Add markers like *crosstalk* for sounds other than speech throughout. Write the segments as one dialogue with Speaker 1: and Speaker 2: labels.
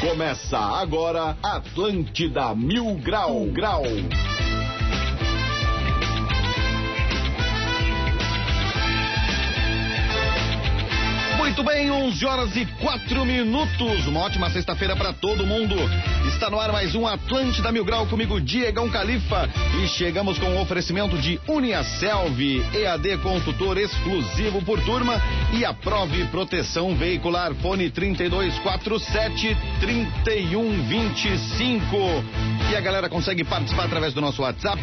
Speaker 1: Começa agora Atlântida Mil Grau Grau. Muito bem, 11 horas e 4 minutos. Uma ótima sexta-feira para todo mundo. Está no ar mais um Atlântida Mil Grau comigo, Diegão Califa. E chegamos com o oferecimento de Uniaselv, EAD consultor exclusivo por turma e aprove proteção veicular. Fone 3247 3125. E a galera consegue participar através do nosso WhatsApp.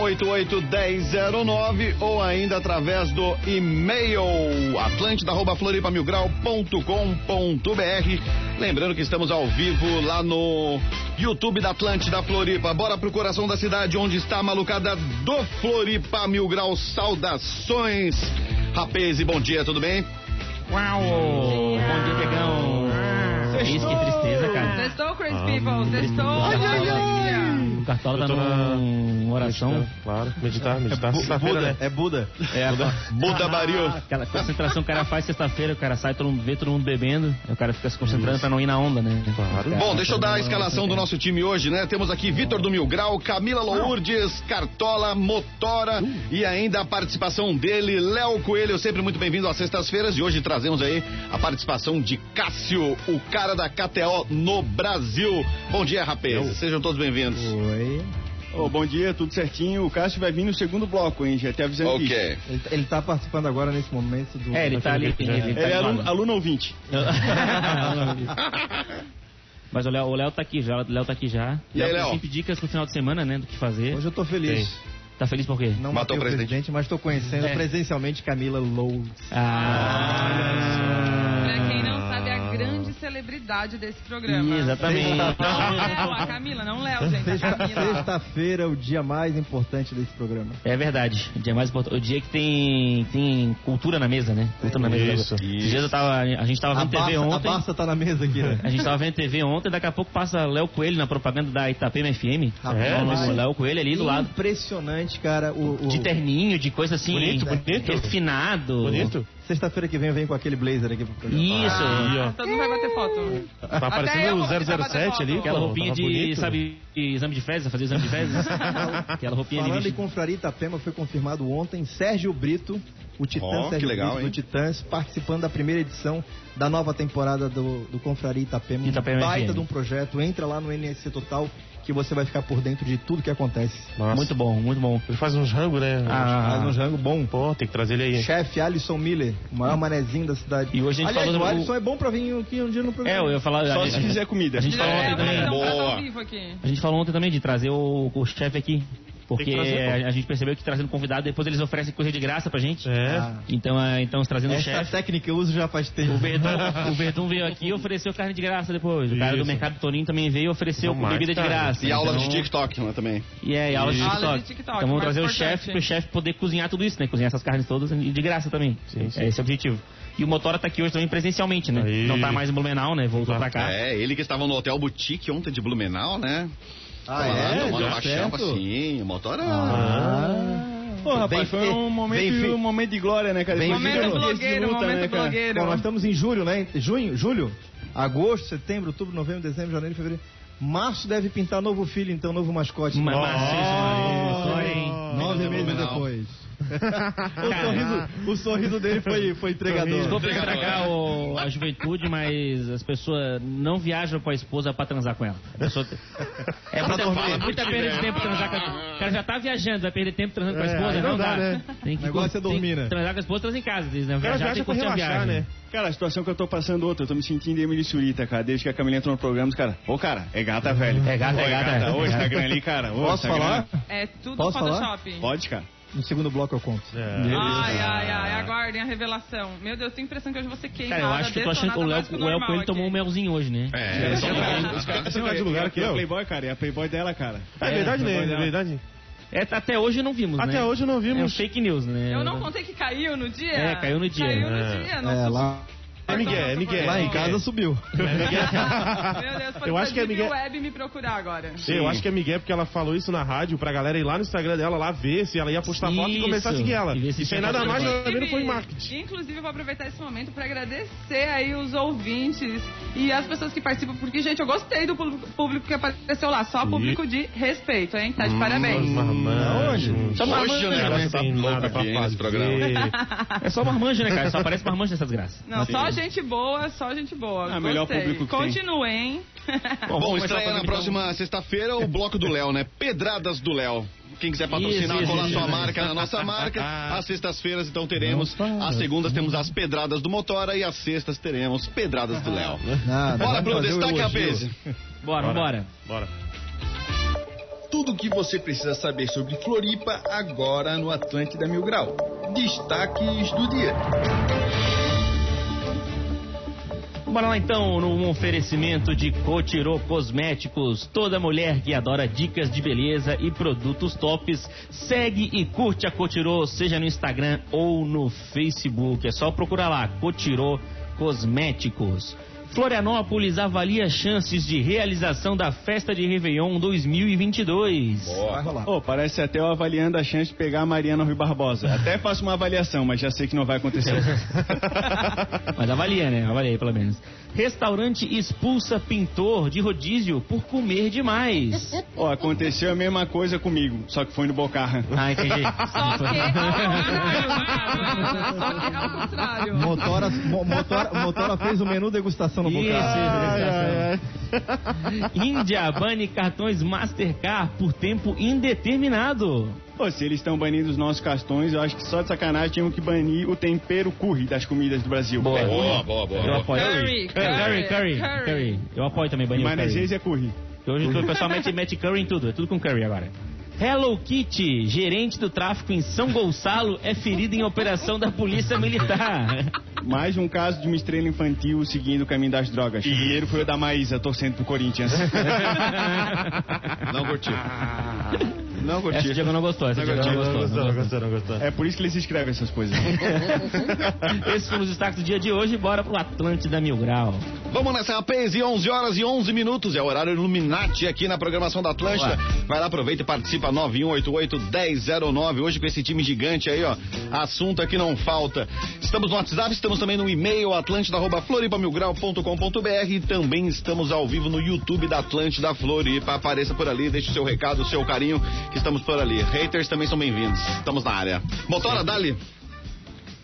Speaker 1: 9188-1009 ou ainda através do e-mail atlântida.floripamilgrau.com.br. Lembrando que estamos ao vivo lá no YouTube da Atlântida Floripa. Bora pro coração da cidade onde está a malucada do Floripa Mil Grau. Saudações. Rapaz, e bom dia, tudo bem?
Speaker 2: Uau! Bom dia, Diegão.
Speaker 1: Ah.
Speaker 2: Isso, que tristeza, cara.
Speaker 3: Sextou, Crazy People, sextou. Ai, ai,
Speaker 2: O Cartola tá
Speaker 4: Eu tô
Speaker 2: numa uma oração.
Speaker 4: Claro, meditar, meditar. Sexta-feira, né?
Speaker 1: é Buda.
Speaker 2: É,
Speaker 1: Buda Baril.
Speaker 2: aquela concentração que o cara faz sexta-feira, o cara sai, todo mundo vê todo mundo bebendo, aí o cara fica se concentrando pra não ir na onda, né?
Speaker 4: Claro.
Speaker 2: Cara, tá
Speaker 1: Bom, deixa eu dar a
Speaker 2: todo mundo-
Speaker 1: escalação do nosso time hoje, né? Temos aqui Vitor do Mil Grau, Camila Lourdes, Cartola, Motora e ainda a participação dele, Léo Coelho, sempre muito bem-vindo às sextas-feiras e hoje trazemos aí a participação de Cássio, o cara da KTO no Brasil. Bom dia, rapaz. Sejam todos bem-vindos.
Speaker 5: Oi.
Speaker 6: Ô, bom dia, tudo certinho. O Cássio vai vir no segundo bloco, hein? Já até avisando isso.
Speaker 1: Ok.
Speaker 5: Ele, ele tá participando agora nesse momento do. né?
Speaker 2: É, ele tá ali. Ele, ele tá
Speaker 6: Ele é
Speaker 2: animado.
Speaker 6: aluno, aluno ouvinte.
Speaker 2: *laughs* Mas o Léo, o Léo tá aqui já, o Léo tá aqui já.
Speaker 1: E aí, Léo?
Speaker 2: sempre dicas no final de semana, né, do que fazer.
Speaker 5: Hoje eu tô feliz.
Speaker 2: Tá feliz por quê?
Speaker 5: Não
Speaker 1: Matou o
Speaker 5: matei o
Speaker 1: presidente.
Speaker 5: presidente, mas tô conhecendo
Speaker 2: É.
Speaker 5: presencialmente Camila Lourdes.
Speaker 2: Ah!
Speaker 3: Pra quem não sabe, é a grande celebridade desse programa.
Speaker 2: Exatamente.
Speaker 3: Não o Léo, a Camila, não o Léo, gente, a
Speaker 5: Sexta-
Speaker 3: Camila.
Speaker 5: Sexta-feira é o dia mais importante desse programa.
Speaker 2: É verdade. O dia mais importante. O dia que tem, tem cultura na mesa, né? Cultura na mesa.
Speaker 4: Isso,
Speaker 2: Esses dias eu tava, a gente tava
Speaker 5: A
Speaker 2: vendo TV
Speaker 5: Barça, a
Speaker 2: ontem.
Speaker 5: Barça tá na mesa aqui, né?
Speaker 2: A gente tava vendo TV ontem, daqui a pouco passa Léo Coelho na propaganda da Itapema FM.
Speaker 5: Rapaz.
Speaker 2: o Léo Coelho *laughs* ali do lado.
Speaker 5: Impressionante, cara. O, o-
Speaker 2: De terninho, de coisa assim.
Speaker 4: Bonito, bonito.
Speaker 2: Refinado.
Speaker 4: Bonito?
Speaker 5: Sexta-feira que vem eu venho com aquele blazer aqui pro programa.
Speaker 2: Isso.
Speaker 3: Ah, todo mundo vai bater foto.
Speaker 4: Tá
Speaker 3: Até eu
Speaker 4: aparecendo
Speaker 3: vou
Speaker 4: o
Speaker 3: começar a
Speaker 4: 007
Speaker 3: bater
Speaker 4: ali.
Speaker 3: foto.
Speaker 2: Aquela
Speaker 4: pô,
Speaker 2: roupinha
Speaker 4: tava
Speaker 2: de,
Speaker 4: bonito.
Speaker 2: sabe, exame de fezes, fazer exame de
Speaker 4: *laughs*
Speaker 2: fezes. Aquela roupinha de
Speaker 5: Falando em
Speaker 2: vestir.
Speaker 5: Confraria Itapema, foi confirmado ontem Sérgio Brito, o Titã
Speaker 1: Ó, que
Speaker 5: Sérgio
Speaker 1: legal,
Speaker 5: Brito
Speaker 1: hein?
Speaker 5: do Titãs, participando da primeira edição da nova temporada do, do Confraria Itapema. Um
Speaker 2: Itapema
Speaker 5: baita
Speaker 2: FM.
Speaker 5: de um projeto. Entra lá no NSC Total que você vai ficar por dentro de tudo que acontece.
Speaker 4: Nossa.
Speaker 2: Muito bom, muito bom.
Speaker 4: Ele faz uns rango, né?
Speaker 2: Ah.
Speaker 5: Faz um rango bom.
Speaker 4: Pô, tem que trazer ele aí. hein?
Speaker 5: Chefe Alisson Miller, o maior manezinho da cidade.
Speaker 2: E hoje a gente
Speaker 5: Aliás,
Speaker 2: falou
Speaker 5: o
Speaker 2: do-
Speaker 5: Alisson é bom pra vir aqui um dia no
Speaker 2: É,
Speaker 5: programa.
Speaker 2: eu ia falar.
Speaker 6: Só
Speaker 2: a-
Speaker 6: se
Speaker 2: a-
Speaker 6: quiser comida.
Speaker 2: A gente falou
Speaker 3: é,
Speaker 2: ontem né? também.
Speaker 3: um prato
Speaker 1: Boa.
Speaker 3: ao vivo aqui.
Speaker 2: A gente falou ontem também de trazer o, o chefe aqui. Porque
Speaker 4: Tem que trazer,
Speaker 2: a, a gente percebeu que trazendo convidado, depois eles oferecem coisa de graça pra gente.
Speaker 4: É.
Speaker 5: Ah,
Speaker 2: Então, é, então trazendo o
Speaker 5: essa
Speaker 2: chefe.
Speaker 5: técnica eu uso já faz tempo.
Speaker 2: O Verdun, o Verdun veio aqui e ofereceu carne de graça depois. O cara do
Speaker 4: Isso.
Speaker 2: mercado Toninho também veio e ofereceu
Speaker 4: Não mais,
Speaker 2: bebida de
Speaker 4: cara.
Speaker 2: graça.
Speaker 1: E aula de
Speaker 2: Então-
Speaker 1: TikTok né, também.
Speaker 2: E é, e aula de
Speaker 3: Aula de
Speaker 2: TikTok.
Speaker 3: TikTok,
Speaker 2: Então vamos
Speaker 3: mais
Speaker 2: trazer o
Speaker 3: importante.
Speaker 2: chefe pro chefe poder cozinhar tudo isso, né? Cozinhar essas carnes todas e de graça também.
Speaker 4: Sim, sim.
Speaker 2: É esse o objetivo. E o Motora tá aqui hoje também presencialmente, né?
Speaker 4: Aí.
Speaker 2: Não tá mais em Blumenau, né? Voltou
Speaker 4: Claro.
Speaker 2: pra
Speaker 5: Tá.
Speaker 2: cá.
Speaker 1: É, ele que estava no Hotel Boutique ontem de Blumenau, né?
Speaker 5: Ah,
Speaker 1: Tava lá
Speaker 5: é?
Speaker 1: Tomando
Speaker 5: Deu
Speaker 1: uma
Speaker 5: certo?
Speaker 1: champa,
Speaker 2: assim,
Speaker 1: sim. Motora.
Speaker 5: Ah.
Speaker 6: Ô, rapaz,
Speaker 5: Bem
Speaker 6: foi
Speaker 5: fe-
Speaker 6: um
Speaker 5: bem
Speaker 6: momento,
Speaker 5: fe-
Speaker 6: um momento de glória, né, cara?
Speaker 5: Bem
Speaker 6: Depois de
Speaker 3: Momento
Speaker 6: dois dias de
Speaker 3: blogueiro,
Speaker 6: luta,
Speaker 3: momento
Speaker 6: né, cara?
Speaker 3: blogueiro.
Speaker 5: Bom, nós estamos em julho, né? Junho, julho, agosto, setembro, outubro, novembro, dezembro, janeiro, fevereiro. Março deve pintar novo filho, então novo mascote.
Speaker 2: Mas,
Speaker 5: Nove-
Speaker 2: mas, isso aí, hein?
Speaker 5: Nove meses
Speaker 1: Blumenau.
Speaker 5: depois. o, sorriso, o sorriso dele foi, foi entregador.
Speaker 2: Desculpa estragar o- a juventude, mas as pessoas não viajam com a esposa pra transar com ela. A pessoa- É muita, é muita perda de tempo transar com a... O cara já tá viajando, vai perder tempo transando com a
Speaker 4: né? É,
Speaker 2: esposa?
Speaker 4: aí
Speaker 2: Não,
Speaker 4: não dá,
Speaker 2: dá.
Speaker 4: né?
Speaker 2: Tem que
Speaker 5: O negócio é
Speaker 2: tem
Speaker 5: dormir,
Speaker 2: que
Speaker 5: né?
Speaker 2: Transar com a esposa, transa em casa. Diz, né?
Speaker 4: O cara
Speaker 2: Viajar tem
Speaker 4: viaja
Speaker 2: que
Speaker 4: pra
Speaker 2: curtir a
Speaker 4: relaxar,
Speaker 2: viagem.
Speaker 4: né?
Speaker 6: Cara, a situação que eu tô passando outra, eu tô me sentindo Emily Surita, cara, desde que a Camila entrou no programa, os cara, ô cara, é gata, velho.
Speaker 2: É gata,
Speaker 6: Ô,
Speaker 2: é gata.
Speaker 6: Ô, Instagram ali, cara. Ô,
Speaker 5: Posso
Speaker 6: Instagram.
Speaker 5: falar?
Speaker 3: É tudo
Speaker 5: Posso falar?
Speaker 3: Photoshop.
Speaker 6: Pode, cara.
Speaker 5: No segundo bloco eu conto.
Speaker 4: É.
Speaker 3: Ai, ai, ai, aguardem a revelação. Meu Deus, tenho a impressão que hoje você queima.
Speaker 2: Cara, eu acho que eu tô achando que o Léo, o Léo Coelho tomou um melzinho hoje, né?
Speaker 1: É,
Speaker 6: Os caras- os caras-
Speaker 4: Você
Speaker 5: Tá
Speaker 4: vai de lugar aqui,
Speaker 6: é
Speaker 4: ó.
Speaker 6: Playboy, cara, é a Playboy dela, cara.
Speaker 4: É verdade, né?
Speaker 6: Playboy
Speaker 4: É
Speaker 6: dela.
Speaker 4: verdade.
Speaker 2: É, até hoje não vimos, né?
Speaker 4: Até hoje não
Speaker 2: É um
Speaker 4: vimos.
Speaker 2: fake news, né?
Speaker 3: Eu não contei que caiu no dia.
Speaker 2: É, caiu no dia.
Speaker 3: Caiu no
Speaker 4: É.
Speaker 3: dia, não
Speaker 5: É,
Speaker 3: soube.
Speaker 5: lá,
Speaker 4: É Miguel, é Miguel.
Speaker 5: Lá em casa subiu.
Speaker 3: Meu Deus, pode
Speaker 4: Eu acho que é
Speaker 3: Deep
Speaker 4: Miguel-
Speaker 3: Web me procurar agora.
Speaker 4: *laughs* Eu acho que é Miguel porque ela falou isso na rádio pra galera ir lá no Instagram dela, lá ver se ela ia postar foto e
Speaker 2: Isso.
Speaker 4: começar a seguir ela.
Speaker 2: E ver se
Speaker 4: Isso aí
Speaker 2: tinha
Speaker 4: nada mais,
Speaker 2: foto.
Speaker 4: nada menos tá foi marketing.
Speaker 3: Inclusive, eu vou aproveitar esse momento para agradecer aí os ouvintes e as pessoas que participam, porque, gente, eu gostei do público- público que apareceu lá. Só público de respeito, hein? Tá de parabéns.
Speaker 4: Hum. Marmanjo.
Speaker 1: Hoje o negócio tá
Speaker 4: Tem
Speaker 1: louco
Speaker 4: nada pra
Speaker 1: aqui hein,
Speaker 4: fazer.
Speaker 1: nesse programa.
Speaker 2: É só marmanjo, né, cara? Só aparece marmanjo nessa desgraça.
Speaker 3: Não, só gente boa, só gente boa.
Speaker 6: Ah,
Speaker 3: Gostei.
Speaker 6: melhor público que tem.
Speaker 3: Continuem.
Speaker 1: Bom, estreia na próxima sexta-feira o bloco do Léo, né? Pedradas do Léo. Quem quiser patrocinar,
Speaker 2: Isso,
Speaker 1: colar
Speaker 2: isso,
Speaker 1: sua
Speaker 2: isso.
Speaker 1: marca na nossa marca. Às sextas-feiras, então, teremos. Às segundas, temos as pedradas do Motora. E às sextas, teremos pedradas do Léo.
Speaker 5: Nada,
Speaker 1: Bora
Speaker 5: vai
Speaker 1: pro
Speaker 5: Ah, fazer o
Speaker 6: é
Speaker 1: destaque,
Speaker 5: elogio.
Speaker 1: rapaz.
Speaker 2: Bora, bora.
Speaker 4: *laughs* Bora.
Speaker 7: Tudo o que você precisa saber sobre Floripa agora no Atlântida Mil Grau. Destaques do dia.
Speaker 2: Bora lá então num oferecimento de Cotirô Cosméticos. Toda mulher que adora dicas de beleza e produtos tops, segue e curte a Cotirô, seja no Instagram ou no Facebook. É só procurar lá, Cotirô Cosméticos. Florianópolis avalia chances de realização da festa de Réveillon 2022.
Speaker 5: Vai rolar.
Speaker 6: Pô, parece até eu avaliando a chance de pegar a Mariana Rui Barbosa. Até faço uma avaliação, mas já sei que não vai acontecer.
Speaker 2: Mas avalia, né? Avalia aí, pelo menos. Restaurante expulsa pintor de rodízio por comer demais.
Speaker 6: Ó, aconteceu a mesma coisa comigo, só que foi no Bocarra.
Speaker 2: Ah, entendi.
Speaker 3: Só que ao
Speaker 4: *laughs*
Speaker 3: contrário. Só que ao contrário.
Speaker 5: Motora, mo- motora, motora fez o menu degustação no
Speaker 2: Isso, isso,
Speaker 5: Boca.
Speaker 2: isso. Índia bane cartões Mastercard por tempo indeterminado.
Speaker 6: Pô, se eles estão banindo os nossos cartões, eu acho que só de sacanagem tinham que banir o tempero curry das comidas do Brasil.
Speaker 2: Boa.
Speaker 6: É,
Speaker 1: Boa, boa, boa.
Speaker 2: Eu
Speaker 1: boa.
Speaker 2: apoio. curry,
Speaker 3: Curry, curry,
Speaker 2: curry,
Speaker 3: curry.
Speaker 2: curry. Eu apoio também banir o curry.
Speaker 6: Maionese é curry.
Speaker 2: Porque Hoje o pessoal mete, mete curry em tudo, é tudo com curry agora. Hello Kitty, gerente do tráfico em São Gonçalo, é ferido em operação da Polícia Militar.
Speaker 6: Mais um caso de uma estrela infantil seguindo o caminho das drogas. O primeiro foi o da Maísa, torcendo pro Corinthians.
Speaker 1: Não curtiu.
Speaker 6: Não
Speaker 2: Essa
Speaker 6: curti.
Speaker 2: Diego não gostou, essa Diego não gostou. não gostou.
Speaker 4: não gostou.
Speaker 6: É por isso que eles escrevem essas coisas.
Speaker 2: Esse foi o destaque do dia de hoje, bora pro Atlântida Mil Grau.
Speaker 1: Vamos nessa, é rapaz, e 11 horas e 11 minutos. É o horário Illuminati aqui na programação da Atlântida. Vai lá, aproveita e participa 9188-1009. Hoje com esse time gigante aí, ó. Assunto aqui não falta. Estamos no WhatsApp, estamos também no e-mail atlântida.floripamilgrau.com.br e também estamos ao vivo no YouTube da Atlântida Floripa. Apareça por ali, deixe o seu recado, o seu carinho, que estamos por ali. Haters também são bem-vindos. Estamos na área. Motora, dali.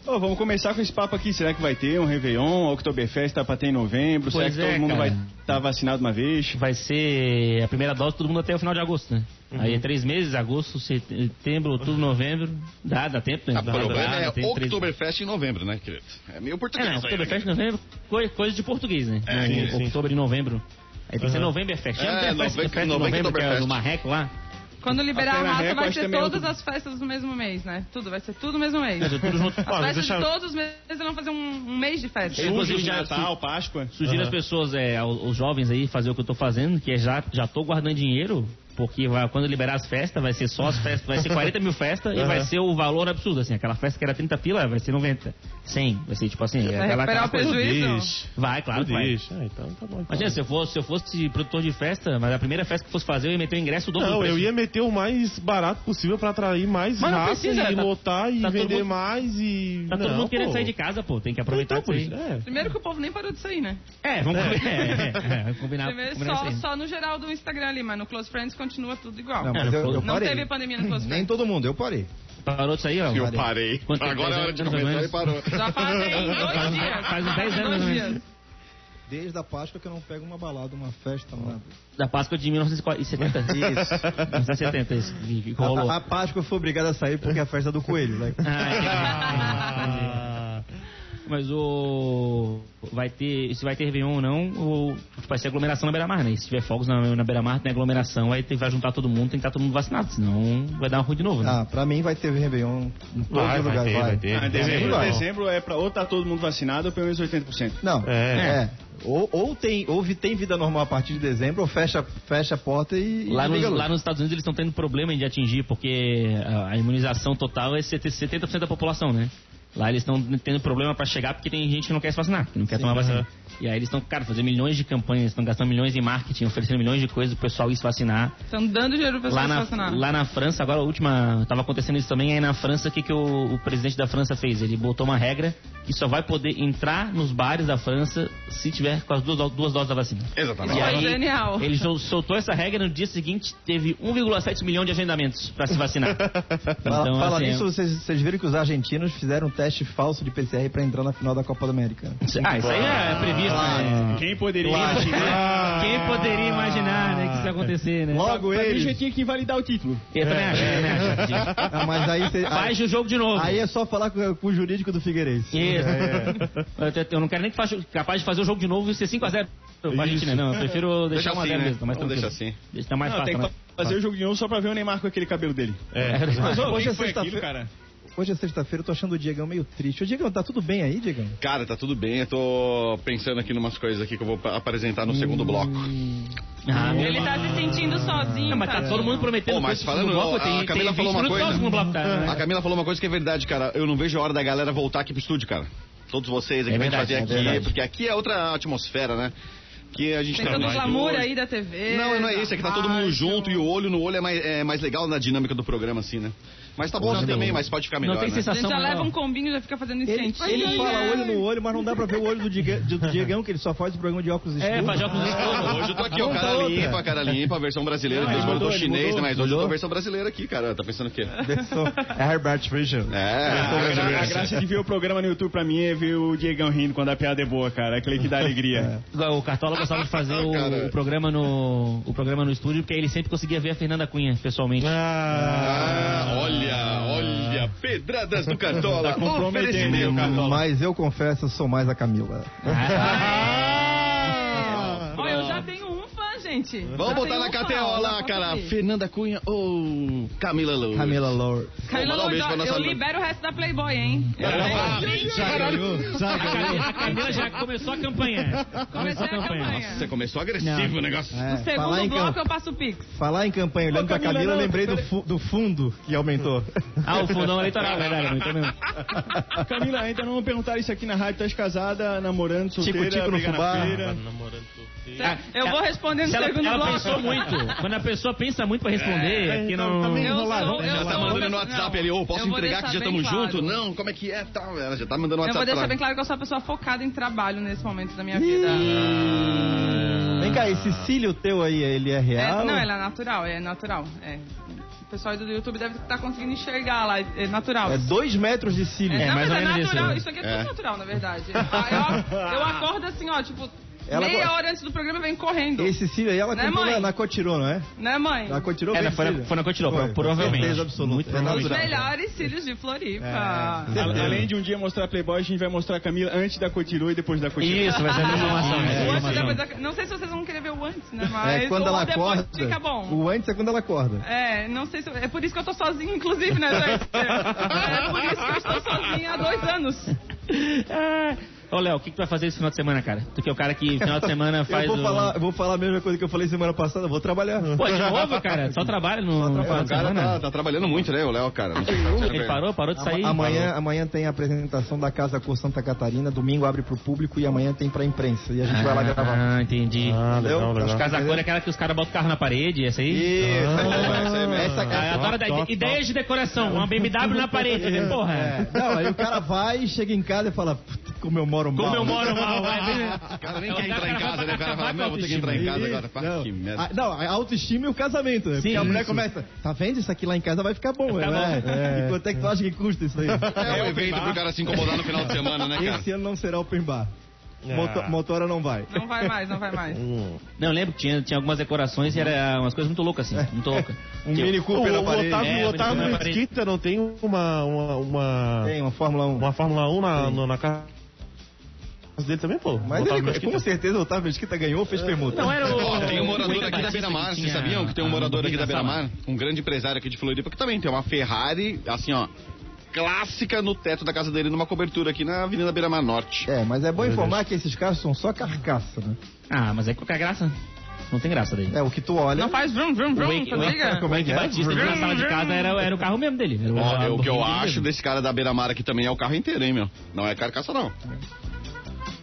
Speaker 6: Ô, vamos começar com esse papo aqui. Será que vai ter um Réveillon? A Oktoberfest tá pra ter em novembro? Será
Speaker 2: Pois
Speaker 6: que
Speaker 2: é,
Speaker 6: todo mundo
Speaker 2: cara.
Speaker 6: vai estar vacinado uma vez?
Speaker 2: Vai ser a primeira dose todo mundo até o final de agosto, né?
Speaker 1: Uhum.
Speaker 2: Aí é três meses, agosto, setembro, outubro, novembro. Dá, dá tempo, né?
Speaker 1: O
Speaker 2: Dá,
Speaker 1: Uhum. problema
Speaker 2: dá,
Speaker 1: é
Speaker 2: dá, tem três-
Speaker 1: Oktoberfest em novembro, né, querido? É meio
Speaker 2: É,
Speaker 1: português.
Speaker 2: não,
Speaker 1: aí, né,
Speaker 2: Oktoberfest, novembro, coi- coisa de português, né?
Speaker 1: É,
Speaker 2: Em
Speaker 1: sim, sim.
Speaker 2: Outubro e novembro. Aí tem que ser Novemberfest.
Speaker 1: É,
Speaker 2: Já não tem a festa
Speaker 1: nove-
Speaker 2: um do Fest de
Speaker 1: novembro
Speaker 2: novembro, que é
Speaker 1: Oktoberfest.
Speaker 2: do Marreco lá?
Speaker 3: Quando liberar a
Speaker 6: Até na
Speaker 3: raça,
Speaker 6: Record
Speaker 3: vai
Speaker 6: acho que
Speaker 3: ser
Speaker 6: também é
Speaker 3: todas
Speaker 6: outubro.
Speaker 3: as festas no mesmo mês, né? Tudo, vai ser tudo no mesmo mês.
Speaker 2: Vai ser tudo junto.
Speaker 4: mas
Speaker 3: As festas
Speaker 4: deixa-
Speaker 3: de todos os meses eles vão fazer um, um mês de festa.
Speaker 2: Sim. Inclusive,
Speaker 6: Julho,
Speaker 2: já-
Speaker 6: Natal, Páscoa.
Speaker 2: Sugiro as pessoas, é, ao- os jovens aí, fazer o que eu tô fazendo, que é já, já tô guardando dinheiro, porque vai- quando liberar as festas, vai ser só as festas, vai ser 40 mil festas e
Speaker 4: Aham.
Speaker 2: vai ser o valor absurdo, assim. Aquela festa que era 30 pila, vai ser 90, 100, vai ser tipo assim.
Speaker 3: Vai
Speaker 2: aquela-
Speaker 3: recuperar
Speaker 2: aquela
Speaker 3: o
Speaker 2: coisa.
Speaker 3: prejuízo?
Speaker 2: Vai, claro que vai. é assim,
Speaker 4: Deixa. Ah, então tá bom. então.
Speaker 2: Imagina, se eu, fosse, se eu fosse produtor de festa, mas a primeira festa que eu fosse fazer, eu ia meter o ingresso do dobro do
Speaker 4: Não, eu
Speaker 2: preço.
Speaker 4: ia meter o mais barato possível pra atrair mais
Speaker 2: Mas não
Speaker 4: raça
Speaker 2: precisa,
Speaker 4: e
Speaker 2: tá-
Speaker 4: lotar e
Speaker 2: tá todo
Speaker 4: vender
Speaker 2: mundo-
Speaker 4: mais e...
Speaker 2: Tá todo
Speaker 4: Não,
Speaker 2: mundo querendo
Speaker 4: pô.
Speaker 2: sair de casa, pô. Tem que aproveitar
Speaker 4: Então, por
Speaker 2: isso
Speaker 4: isso.
Speaker 2: aí.
Speaker 4: É.
Speaker 3: Primeiro que o povo nem parou de sair, né?
Speaker 2: É, vamos combinar. É, é, é, combinar,
Speaker 3: Primeiro,
Speaker 2: combinar
Speaker 3: só,
Speaker 2: isso aí.
Speaker 3: só no geral do Instagram ali, mas no Close Friends continua tudo igual.
Speaker 5: Não,
Speaker 3: Não,
Speaker 5: mas eu, eu
Speaker 2: Não
Speaker 5: parei.
Speaker 3: teve pandemia no Close
Speaker 5: Nem
Speaker 3: Friends.
Speaker 5: todo mundo, eu parei.
Speaker 2: Parou disso aí, ó.
Speaker 1: Eu parei.
Speaker 2: Quanto tempo?
Speaker 1: Agora é hora de
Speaker 2: Mais ou
Speaker 1: começar
Speaker 2: menos?
Speaker 1: e parou.
Speaker 2: *laughs*
Speaker 3: Já fazem dois dias.
Speaker 2: faz uns 10 anos, né? mais ou
Speaker 3: Dois
Speaker 2: menos.
Speaker 3: dias.
Speaker 5: Desde a Páscoa que eu não pego uma balada, uma festa, nada.
Speaker 2: Da Páscoa de 1970.
Speaker 5: Isso.
Speaker 2: 1970, isso. que- que rolou.
Speaker 5: A, a Páscoa eu fui obrigado a sair porque é a festa do coelho, né?
Speaker 2: Ah, entendi. Mas o. Vai ter. Se vai ter Réveillon ou não, ou vai ser aglomeração na beira-mar, né? E se tiver fogos na, na beira-mar, tem aglomeração, aí tem- vai juntar todo mundo, tem que estar todo mundo vacinado, senão vai dar ruim de novo, né?
Speaker 5: Ah, pra mim vai ter Réveillon em todo
Speaker 4: Vai, vai
Speaker 5: lugar,
Speaker 4: ter, vai
Speaker 6: Ah,
Speaker 4: ter.
Speaker 6: dezembro,
Speaker 5: Vai.
Speaker 6: dezembro é pra ou tá todo mundo vacinado ou pelo menos 80%.
Speaker 5: Não,
Speaker 4: É.
Speaker 5: é. Ou, ou tem, ou vi- tem vida normal a partir de dezembro, ou fecha, fecha a porta e. e
Speaker 2: Lá nos,
Speaker 5: liga a luz.
Speaker 2: lá nos Estados Unidos eles estão tendo problema de atingir, porque a, a imunização total é 70% 70% da população, né? Lá eles estão tendo problema pra chegar porque tem gente que não quer se vacinar, que não quer tomar vacina. E aí eles estão, cara, fazendo milhões de campanhas, estão gastando milhões em marketing, oferecendo milhões de coisas pro pessoal ir se vacinar.
Speaker 3: Estão dando dinheiro pra pessoa
Speaker 2: Lá
Speaker 3: se
Speaker 2: na,
Speaker 3: vacinar.
Speaker 2: lá na França, agora a última, tava acontecendo isso também, aí na França, o que, que o, o presidente da França fez? Ele botou uma regra que só vai poder entrar nos bares da França se tiver com as duas, do- duas doses da vacina.
Speaker 8: Exatamente.
Speaker 2: E
Speaker 3: Foi
Speaker 2: aí, *laughs*
Speaker 3: é genial.
Speaker 2: Ele sol- soltou essa regra e no dia seguinte teve 1,7 milhão de agendamentos pra se
Speaker 1: *laughs*
Speaker 2: vacinar.
Speaker 5: Fala,
Speaker 2: Então,
Speaker 5: fala
Speaker 2: assim,
Speaker 5: nisso, vocês, vocês viram que os argentinos fizeram um teste falso de PCR pra entrar na final da Copa da América.
Speaker 2: Ah, isso aí é previsto, né?
Speaker 6: Quem poderia
Speaker 2: imaginar? Quem poderia imaginar, né, que isso ia acontecer, né?
Speaker 5: Logo
Speaker 9: Pra mim já
Speaker 5: eles.
Speaker 9: tinha que invalidar o título.
Speaker 2: Eu também acho, eu também acho.
Speaker 5: Ah, mas aí, cê-
Speaker 1: É.
Speaker 5: aí,
Speaker 2: Faz o jogo de novo.
Speaker 5: aí é só falar com, com o jurídico do Figueirense.
Speaker 2: Isso.
Speaker 1: É.
Speaker 2: Eu, te- eu não quero nem que faça, capaz de fazer o jogo de novo e ser 5x0 pra Argentina. Não, eu prefiro
Speaker 1: Deixa
Speaker 2: deixar 1x0
Speaker 1: assim, né?
Speaker 2: mesmo. Mas
Speaker 1: Vamos
Speaker 2: tranquilo.
Speaker 1: deixar assim.
Speaker 2: Deixa tá mais
Speaker 9: Não, tem
Speaker 2: fácil,
Speaker 9: que
Speaker 2: né?
Speaker 9: fazer o jogo de novo só pra ver o Neymar com aquele cabelo dele. Mas, ô,
Speaker 5: Hoje
Speaker 9: quem
Speaker 5: é
Speaker 9: foi aquilo,
Speaker 5: sexta-feira.
Speaker 9: cara?
Speaker 5: Hoje é sexta-feira, eu tô achando o Diegão meio triste. Ô, Diegão, tá tudo bem aí, Diegão?
Speaker 1: Cara, tá tudo bem. Eu tô pensando aqui numas coisas aqui que eu vou pa- apresentar no
Speaker 2: Hum.
Speaker 1: segundo bloco.
Speaker 2: Ah, meu
Speaker 3: Ele tá se sentindo sozinho.
Speaker 2: Não, mas tá
Speaker 3: tadinho.
Speaker 2: todo mundo prometendo
Speaker 1: É. Pô, mas
Speaker 2: coisa
Speaker 1: falando,
Speaker 2: no bloco,
Speaker 1: a
Speaker 2: tem,
Speaker 1: Camila
Speaker 2: tem
Speaker 1: falou uma
Speaker 2: 20 minutos
Speaker 1: coisa. Ah,
Speaker 2: só no bloco, tá?
Speaker 1: A Camila falou uma coisa que é verdade, cara. Eu não vejo a hora da galera voltar aqui pro estúdio, cara. Todos vocês aqui
Speaker 2: É
Speaker 1: pra gente
Speaker 2: verdade,
Speaker 1: fazer
Speaker 2: é
Speaker 1: aqui,
Speaker 2: verdade.
Speaker 1: porque aqui é outra atmosfera, né? Que a gente
Speaker 3: Tem todo o
Speaker 1: trabalha
Speaker 3: glamour
Speaker 1: hoje.
Speaker 3: aí da TV.
Speaker 1: Não, não é
Speaker 3: da
Speaker 1: isso, é que tá todo mundo
Speaker 3: rádio.
Speaker 1: junto e o olho no olho é mais, é mais legal na dinâmica do programa, assim, né? Mas tá bom já também, mas pode ficar melhor.
Speaker 2: Não tem
Speaker 1: né?
Speaker 3: A
Speaker 2: sensação.
Speaker 3: gente já leva
Speaker 2: não.
Speaker 3: um combinho e já fica fazendo
Speaker 5: Ele,
Speaker 3: incentivo.
Speaker 5: ele fala olho no olho, mas não dá pra ver o olho do Diega- do Diegão, que ele só faz o programa de óculos escuros.
Speaker 2: É,
Speaker 1: *laughs*
Speaker 2: fazer óculos escuros.
Speaker 1: Hoje eu tô aqui, ó, cara
Speaker 5: tá outra.
Speaker 1: limpa, cara limpa, versão brasileira. Depois eu tô chinês, né? Mas hoje eu tô versão brasileira aqui, cara. Tá pensando o quê?
Speaker 5: É Herbert Fischer.
Speaker 1: É.
Speaker 5: tá
Speaker 9: A, gra- a graça de ver o programa no YouTube pra mim é ver o Diegão rindo quando a piada é boa, cara. Aquele que dá alegria.
Speaker 2: O Cartola gostava de fazer
Speaker 1: Cara.
Speaker 2: o, o programa no, o programa no estúdio, porque ele sempre conseguia ver a Fernanda Cunha pessoalmente.
Speaker 1: Ah, olha, olha, pedradas do
Speaker 5: *laughs* Tá
Speaker 1: Cartola.
Speaker 9: comprometendo,
Speaker 1: Oferecimento.
Speaker 5: Mas eu confesso, eu sou mais a Camila. Ah!
Speaker 3: Olha, eu já tenho um fã, gente.
Speaker 1: Vamos botar na KTO lá, cara. Fernanda Cunha ou Camila Lourdes?
Speaker 5: Camila Lord.
Speaker 3: Camila
Speaker 1: Vou mandar um beijo
Speaker 3: Lourdes,
Speaker 1: pra
Speaker 3: ó,
Speaker 1: nossa
Speaker 3: eu
Speaker 1: amiga.
Speaker 3: libero o resto da Playboy, hein? Eu tenho-
Speaker 2: A Camila- a Camila já começou a campanha.
Speaker 3: Comecei a campanha.
Speaker 1: Você começou agressivo o negócio. Tá
Speaker 5: É,
Speaker 3: No
Speaker 5: falar,
Speaker 3: segundo
Speaker 5: em
Speaker 3: bloco
Speaker 5: cam-
Speaker 3: eu passo o Pix.
Speaker 5: falar em campanha, olhando pra Camila, eu lembrei do, fu- do fundo que aumentou.
Speaker 3: Hum.
Speaker 5: *laughs*
Speaker 2: Ah, o fundão eleitoral, verdade. aumentou mesmo.
Speaker 9: Camila, ainda não perguntaram isso aqui na rádio. Tá casada, namorando, solteira,
Speaker 5: Tico-tico Tipo, no
Speaker 9: briga na
Speaker 5: fubá.
Speaker 9: feira.
Speaker 3: Eu vou responder no
Speaker 2: Se ela,
Speaker 3: segundo
Speaker 2: ela
Speaker 3: bloco.
Speaker 2: pensou muito. Quando a pessoa pensa muito pra responder, é, que
Speaker 5: então,
Speaker 2: não.
Speaker 3: Eu sou, eu
Speaker 1: Ela tá
Speaker 3: sou
Speaker 1: mandando
Speaker 3: uma
Speaker 1: no
Speaker 3: pessoa-
Speaker 1: WhatsApp ali, ô,
Speaker 3: eu
Speaker 1: posso
Speaker 3: vou
Speaker 1: entregar que
Speaker 3: deixar
Speaker 1: já
Speaker 3: bem
Speaker 1: estamos
Speaker 3: claro.
Speaker 1: junto? Não, como é que é? Tal, ela já tá mandando no
Speaker 3: Eu vou
Speaker 1: WhatsApp
Speaker 3: deixar
Speaker 1: pra
Speaker 3: bem claro que eu sou uma pessoa focada em trabalho nesse momento da minha vida.
Speaker 5: Vem cá, esse cílio teu aí, ele é
Speaker 3: É,
Speaker 5: real?
Speaker 3: não, ela é natural, é natural. É. O pessoal do YouTube deve estar conseguindo enxergar lá, é natural.
Speaker 5: É dois metros de cílio.
Speaker 3: É, não,
Speaker 2: mais
Speaker 3: mas
Speaker 2: ou
Speaker 3: é
Speaker 2: menos isso,
Speaker 3: natural.
Speaker 2: né?
Speaker 3: Isso, aqui é tudo natural, na verdade. Ah, Eu, eu acordo assim, ó, tipo,
Speaker 5: Ela
Speaker 3: meia
Speaker 5: go-
Speaker 3: hora antes do programa eu venho correndo.
Speaker 5: Esse cílio aí, ela
Speaker 3: Né,
Speaker 5: comprou
Speaker 3: mãe?
Speaker 5: na, na Cotirô, não é?
Speaker 3: Né, mãe?
Speaker 5: Na Cotirô
Speaker 2: Ela
Speaker 5: veio
Speaker 2: É, foi na,
Speaker 5: cílio.
Speaker 2: foi na Cotirô,
Speaker 5: Foi,
Speaker 2: provavelmente.
Speaker 5: certeza absoluta.
Speaker 2: Muito
Speaker 5: É
Speaker 3: Os
Speaker 5: natural.
Speaker 3: melhores cílios de Floripa.
Speaker 5: É.
Speaker 9: A- Além de um dia mostrar a Playboy, a gente vai mostrar a Camila antes da Cotirô e depois da Cotirô.
Speaker 2: Isso, vai ser é a mesma ação.
Speaker 5: Ah,
Speaker 2: vai ser a
Speaker 3: O antes
Speaker 2: mesma ação.
Speaker 3: depois da- Não sei se vocês vão querer ver o antes, né? Mas
Speaker 5: É, quando
Speaker 3: o
Speaker 5: ela
Speaker 3: depois
Speaker 5: acorda.
Speaker 3: fica bom.
Speaker 5: O antes é quando ela acorda.
Speaker 3: É, não sei se. É por isso que eu tô sozinha, inclusive, né, gente? É por isso que eu estou sozinha há dois anos.
Speaker 2: Ah, Ô, Léo, o que, que tu vai fazer esse final de semana, cara? Tu que é o cara que final de semana faz.
Speaker 5: eu vou
Speaker 2: o...
Speaker 5: falar, eu vou falar a mesma coisa que eu falei semana passada, eu vou trabalhar.
Speaker 2: Pô, de novo, cara? Só trabalha no, no final
Speaker 1: O
Speaker 2: de
Speaker 1: cara
Speaker 2: semana?
Speaker 1: tá, tá trabalhando muito, né, o Léo, cara? Não sei se tá
Speaker 2: Ele
Speaker 1: percebendo.
Speaker 2: parou, parou de
Speaker 5: Ama-
Speaker 2: sair?
Speaker 5: amanhã, amanhã tem a apresentação da Casa Cor Santa Catarina, domingo abre pro público e amanhã tem pra imprensa. E a gente vai lá gravar.
Speaker 2: Ah, entendi.
Speaker 6: Ah, legal,
Speaker 5: Entendeu?
Speaker 6: legal.
Speaker 2: Casa cor é aquela que os caras botam o carro na parede, essa aí?
Speaker 5: Isso,
Speaker 1: Ah, isso aí mesmo.
Speaker 5: essa
Speaker 2: Ah, eu
Speaker 5: casa.
Speaker 2: adoro ide- ideias de decoração, uma BMW na parede, né, porra?
Speaker 5: É,
Speaker 1: É.
Speaker 5: Não, aí o cara vai, chega em casa e fala, "Puta, como eu moro mal. né?"
Speaker 2: Como eu moro mal, vai né?
Speaker 1: O cara nem quer entrar em casa, né? O cara fala,
Speaker 2: Acabar com
Speaker 1: meu,
Speaker 2: a
Speaker 1: vou ter que entrar em casa agora. Pá,
Speaker 5: Não,
Speaker 1: Que merda.
Speaker 5: a, não, a autoestima e o casamento, né? Porque a
Speaker 2: Sim,
Speaker 5: mulher
Speaker 2: isso.
Speaker 5: começa, tá vendo isso aqui lá em casa vai ficar bom, né?
Speaker 2: bom. né,
Speaker 5: É. E quanto é que tu acha que custa isso aí?
Speaker 1: É o evento pro cara se incomodar no final de semana, né, cara?
Speaker 5: tá Esse ano não será open bar. Moto- motora não vai.
Speaker 3: Não vai mais, não vai mais.
Speaker 2: Não, eu lembro que tinha, tinha algumas decorações e era umas coisas muito loucas,
Speaker 1: É.
Speaker 2: assim,
Speaker 1: *laughs*
Speaker 2: muito loucas.
Speaker 5: Um
Speaker 2: Que-
Speaker 5: Mini
Speaker 6: O,
Speaker 5: Cooper na parede.
Speaker 6: Otávio,
Speaker 2: É,
Speaker 6: o
Speaker 2: apareceu na
Speaker 6: Otávio
Speaker 2: parede.
Speaker 6: Mesquita não tem uma, uma, uma,
Speaker 5: Tem uma Fórmula 1.
Speaker 6: uma Fórmula 1 na, no- na casa dele também, pô.
Speaker 5: Mas
Speaker 6: Otávio
Speaker 5: ele,
Speaker 6: Mesquita.
Speaker 5: com certeza o Otávio Mesquita ganhou, fez permuta.
Speaker 2: Não, era o...
Speaker 1: Ó, tem um
Speaker 2: o
Speaker 1: morador
Speaker 2: Cuica
Speaker 1: aqui da
Speaker 2: Batista
Speaker 1: Beira-Mar, vocês
Speaker 2: assim, tinha
Speaker 1: sabiam que tem um
Speaker 5: Ah,
Speaker 2: a-
Speaker 1: morador
Speaker 2: a-
Speaker 1: aqui da
Speaker 2: a-
Speaker 1: Beira-Mar? Um grande empresário aqui de Floripa que também tem uma Ferrari, assim, ó, clássica no teto da casa dele, numa cobertura aqui na Avenida Beira-Mar Norte.
Speaker 5: É, mas é bom informar que esses carros são só carcaça, né?
Speaker 2: Ah, mas é qualquer graça. Não tem graça daí.
Speaker 5: É, o que tu olha.
Speaker 3: Não faz vrum, vrum,
Speaker 2: O
Speaker 3: vrum,
Speaker 2: Wake, É
Speaker 3: tá
Speaker 2: o Wake, o
Speaker 1: é
Speaker 3: ligado?
Speaker 2: Wake Batista de na sala de casa era, era o carro mesmo dele. Era
Speaker 1: Olha, é o que eu
Speaker 2: dele
Speaker 1: acho
Speaker 2: mesmo.
Speaker 1: desse cara da beira-mar aqui também é o carro inteiro, hein, meu? Não é carcaça, não.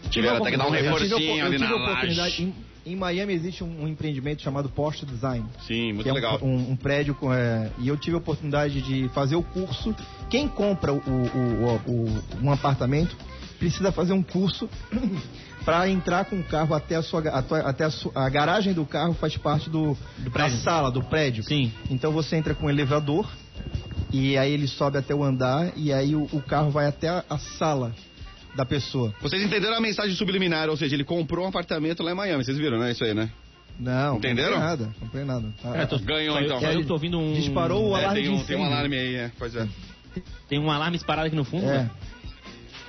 Speaker 1: Tiveram até que dar um
Speaker 5: Eu É. tive, a opor-
Speaker 1: reforcinho
Speaker 5: eu
Speaker 1: ali
Speaker 5: tive
Speaker 1: na
Speaker 5: a oportunidade.
Speaker 1: laje.
Speaker 5: Em, em Miami existe um, um empreendimento chamado Porsche Design.
Speaker 1: Sim,
Speaker 5: que
Speaker 1: muito
Speaker 5: é um-
Speaker 1: legal.
Speaker 5: Um, um prédio com, é, e eu tive a oportunidade de fazer o curso. Quem compra o, o- o- o- um apartamento precisa fazer um curso *clears throat* para entrar com o carro até a sua ga- a tua- até a, su- a garagem do carro faz parte do, da
Speaker 2: prédio.
Speaker 5: sala do prédio.
Speaker 2: Sim.
Speaker 5: Então você entra com um elevador e aí ele sobe até o andar e aí o, o carro vai até a- a sala da pessoa.
Speaker 1: Vocês entenderam a mensagem subliminar, ou seja, ele comprou um apartamento lá em Miami. Vocês viram, né? Isso aí, né?
Speaker 5: Não,
Speaker 1: Entenderam?
Speaker 5: não tem nada, não tem nada. Ah,
Speaker 2: É, tô-
Speaker 1: Ganhou,
Speaker 2: só eu-
Speaker 1: então.
Speaker 2: só Eu tô ouvindo um.
Speaker 5: Disparou o
Speaker 1: É,
Speaker 5: alarme
Speaker 1: tem
Speaker 5: de
Speaker 1: um, tem
Speaker 5: incêndio.
Speaker 1: um alarme aí, é. Pois é.
Speaker 2: Tem um alarme disparado aqui no fundo.
Speaker 5: É.
Speaker 2: né?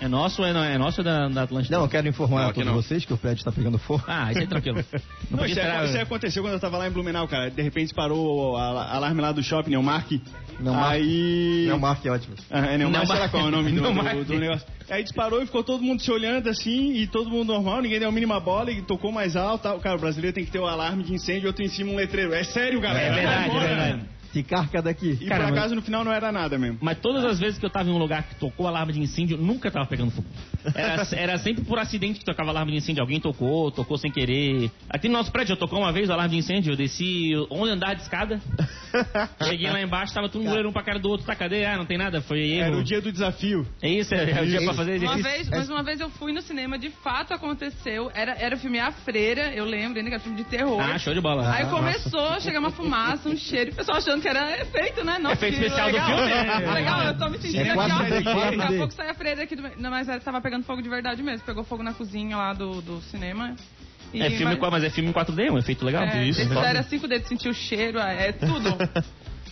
Speaker 2: É nosso ou é, não- é nosso ou é da, da Atlântida?
Speaker 5: Não, eu quero informar
Speaker 1: Não,
Speaker 5: a
Speaker 1: aqui
Speaker 5: todos
Speaker 1: não.
Speaker 5: vocês que o prédio está pegando fogo.
Speaker 2: Ah, isso é tranquilo. Não,
Speaker 6: Não,
Speaker 2: podia
Speaker 6: isso,
Speaker 2: esperar.
Speaker 6: é- isso aí aconteceu quando eu tava lá em Blumenau, cara. De repente parou o ala- alarme lá do shopping, Neumark.
Speaker 5: Neumark.
Speaker 6: Aí.
Speaker 5: Não, marque é ótimo.
Speaker 6: Ah, é Neumark,
Speaker 2: Neumark.
Speaker 6: sei lá qual é o nome do,
Speaker 2: Neumark.
Speaker 6: do, do negócio. Aí disparou e ficou todo mundo se olhando assim, e todo mundo normal, ninguém deu a mínima bola e tocou mais alto. Tal. Cara, o brasileiro tem que ter o alarme de incêndio e outro em cima um letreiro. É né? sério, galera.
Speaker 2: É
Speaker 6: vai
Speaker 2: verdade, é
Speaker 6: embora.
Speaker 2: verdade.
Speaker 5: Se carca daqui.
Speaker 6: E
Speaker 2: Cara,
Speaker 6: por
Speaker 2: mas-
Speaker 6: acaso no final não era nada mesmo.
Speaker 2: Mas todas as vezes que eu tava em um lugar que tocou alarme de incêndio, nunca tava pegando fogo. Era, era sempre por acidente que tocava alarme de incêndio. Alguém tocou, tocou sem querer. Aqui no nosso prédio, eu tocou uma vez o alarme de incêndio, eu desci 11 andares de escada. cheguei lá embaixo, tava todo mundo olhando um pra cara do outro. Tá, cadê? Ah, não tem nada, foi erro.
Speaker 6: Era o dia do desafio.
Speaker 2: É isso, é, é o dia pra fazer
Speaker 3: Uma
Speaker 2: exercício.
Speaker 3: vez, mas uma vez eu fui no cinema, de fato aconteceu. Era, era o filme A Freira, eu lembro, ainda que era filme de terror.
Speaker 2: Ah, show de bola.
Speaker 3: Aí começou a chegar uma fumaça, um cheiro, e o pessoal achando que era efeito, né? Nossa,
Speaker 2: Efeito
Speaker 3: que
Speaker 2: especial do
Speaker 3: legal. Tá
Speaker 2: filme, né?
Speaker 3: Legal, eu tô me sentindo
Speaker 5: É
Speaker 3: aqui,
Speaker 5: quase
Speaker 3: ó.
Speaker 5: um D4D.
Speaker 3: Daqui a pouco sai a freira aqui do meio. Não, mas ela tava pegando fogo de verdade mesmo. Pegou fogo na cozinha lá do, do cinema. E-
Speaker 2: É filme,
Speaker 3: mas-
Speaker 2: em qua- mas é filme em 4D, um efeito legal.
Speaker 3: É,
Speaker 2: Isso.
Speaker 3: eles fizeram cinco dedos, sentiu o cheiro,
Speaker 2: *laughs*
Speaker 3: é tudo.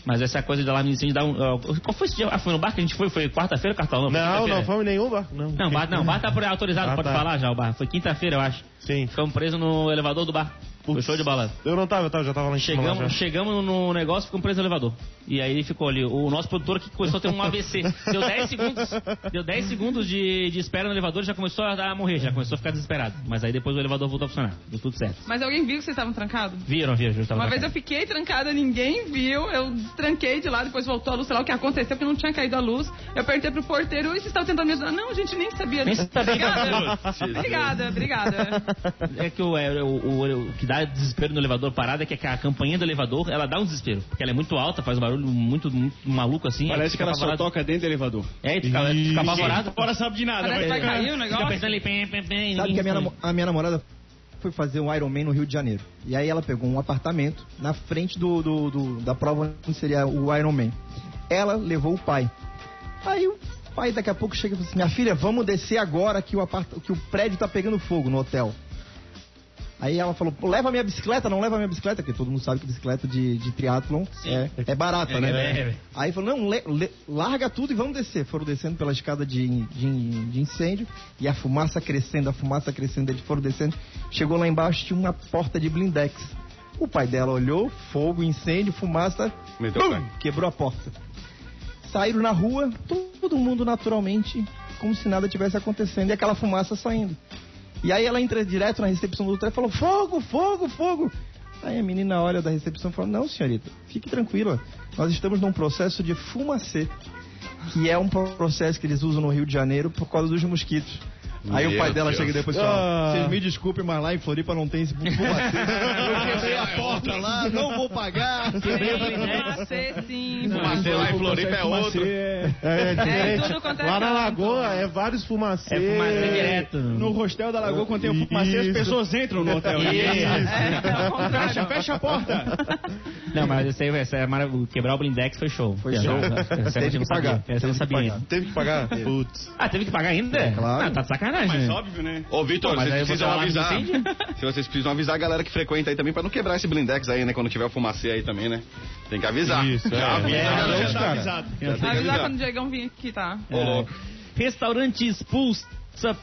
Speaker 2: Mas essa coisa de alarme de incêndio dá um. ó, qual foi esse dia? Ah, foi no bar que a gente foi? Foi quarta-feira, Cartão? Foi
Speaker 4: Não,
Speaker 2: quinta-feira.
Speaker 4: não fomos em nenhum bar. Não,
Speaker 2: é Não, bar, não, bar tá por aí autorizado,
Speaker 4: Ah,
Speaker 2: pode
Speaker 4: tá.
Speaker 2: falar já o bar. Foi quinta-feira, eu acho.
Speaker 4: Sim.
Speaker 2: Ficamos presos no elevador do bar. Foi show de bola.
Speaker 4: Eu não tava, eu tava, já tava lá em cima. lá
Speaker 2: Chegamos,
Speaker 4: já.
Speaker 2: chegamos no negócio, ficamos presos no elevador. E aí ficou ali. O nosso produtor que começou a ter um AVC. Deu 10 segundos, deu 10 segundos de, de espera no elevador e já começou a, dar- a morrer, já começou a ficar desesperado. Mas aí depois o elevador voltou a funcionar. Deu tudo certo.
Speaker 3: Mas alguém viu que vocês estavam trancados?
Speaker 2: Viram, viram, viram. tava
Speaker 3: Uma
Speaker 2: na
Speaker 3: vez eu
Speaker 2: cara.
Speaker 3: fiquei trancada, ninguém viu. Eu tranquei de lá, depois voltou a luz, sei lá o que aconteceu, porque não tinha caído a luz. Eu perguntei pro porteiro, e vocês estavam tentando me ajudar? Não, a gente nem sabia. né?
Speaker 2: Nem sabia que tava
Speaker 3: Obrigada. obrigada, obrigada.
Speaker 2: É que o, é, o, o- o que dá desespero no elevador parado é que a campainha do elevador, ela dá um desespero. Porque ela é muito alta, faz um barulho muito, muito maluco assim. aí
Speaker 6: Parece
Speaker 2: tu
Speaker 6: que
Speaker 2: fica
Speaker 6: ela só
Speaker 2: apavorado.
Speaker 6: toca dentro do elevador.
Speaker 2: É, e tu fica, tu fica apavorado.
Speaker 6: Fora sabe de nada.
Speaker 3: Parece que vai
Speaker 6: mas-
Speaker 3: cair o
Speaker 2: Fica pensando
Speaker 3: negócio.
Speaker 2: ali, pem, pem, pem,
Speaker 5: Sabe que a minha,
Speaker 2: ninguém-
Speaker 5: namo- a minha namorada foi fazer um Iron Man no Rio de Janeiro. E aí ela pegou um apartamento na frente do, do- do- da prova onde seria o Iron Man. Ela levou o pai. Aí o pai daqui a pouco chega e fala assim, minha filha, vamos descer agora que o, apart... que o prédio tá pegando fogo no hotel. Aí ela falou, "Pô, leva minha bicicleta, não leva minha bicicleta, porque todo mundo sabe que bicicleta de, de triatlon é, é barata, né?
Speaker 2: é.
Speaker 5: Aí falou, não, le- le- larga tudo e vamos descer. Foram descendo pela escada de, de- de incêndio e a fumaça crescendo, a fumaça crescendo, eles foram descendo. Chegou lá embaixo, tinha uma porta de blindex. O pai dela olhou, fogo, incêndio, fumaça,
Speaker 1: Meteu o pé.
Speaker 5: quebrou a porta. Saíram na rua, todo mundo naturalmente, como se nada tivesse acontecendo, e aquela fumaça saindo. E aí ela entra direto na recepção do hotel e falou: fogo, fogo, fogo. Aí a menina olha da recepção e fala: não, senhorita, fique tranquila, nós estamos num processo de fumacê. Que é um processo que eles usam no Rio de Janeiro por causa dos mosquitos. Aí o
Speaker 1: Meu
Speaker 5: pai dela
Speaker 1: Deus.
Speaker 5: chega depois e fala:
Speaker 4: Ah.
Speaker 5: Vocês me desculpem, mas lá em Floripa não tem esse fumacê.
Speaker 1: *laughs*
Speaker 5: Eu quebrei a porta lá, não vou pagar.
Speaker 3: Tem, ser sim.
Speaker 1: Fumacê lá em Floripa é outro.
Speaker 4: É, é
Speaker 3: É,
Speaker 4: diferente.
Speaker 3: tudo acontece
Speaker 4: lá na
Speaker 3: junto.
Speaker 4: Lagoa é vários fumacê.
Speaker 2: É fumacê direto.
Speaker 6: No hostel da Lagoa, quando tem um
Speaker 4: Isso.
Speaker 6: fumacê, as pessoas entram no hotel.
Speaker 3: É, é o
Speaker 6: Fecha,
Speaker 3: contrário.
Speaker 6: fecha a porta.
Speaker 2: Não, mas essa aí, essa é maravilhoso. Quebrar o blindex foi show.
Speaker 5: Foi
Speaker 2: Essa-
Speaker 5: show.
Speaker 2: Essa, essa
Speaker 5: Teve
Speaker 2: eu não
Speaker 5: que pagar.
Speaker 2: sabia. Essa eu não sabia ainda.
Speaker 4: Teve que pagar? Putz.
Speaker 2: Ah, teve que pagar ainda?
Speaker 5: claro.
Speaker 2: Ah, tá de sacanagem.
Speaker 6: Mas
Speaker 2: né?
Speaker 6: óbvio, né?
Speaker 1: Ô, Vitor,
Speaker 2: Pô, mas
Speaker 1: vocês precisam
Speaker 2: aí eu vou dar uma
Speaker 1: avisar. *laughs*
Speaker 2: licença.
Speaker 1: Se vocês precisam avisar a galera que frequenta aí também pra não quebrar esse blindex aí, né? Quando tiver o fumacê aí também, né? Tem que avisar.
Speaker 4: Isso,
Speaker 1: Já
Speaker 4: é.
Speaker 1: avisa
Speaker 2: É,
Speaker 1: a galera.
Speaker 4: já tá
Speaker 1: Já tem que
Speaker 3: Avisar
Speaker 1: avisar.
Speaker 3: quando o Diegão vir aqui, tá?
Speaker 1: Ô, louco.
Speaker 2: Restaurante expulsa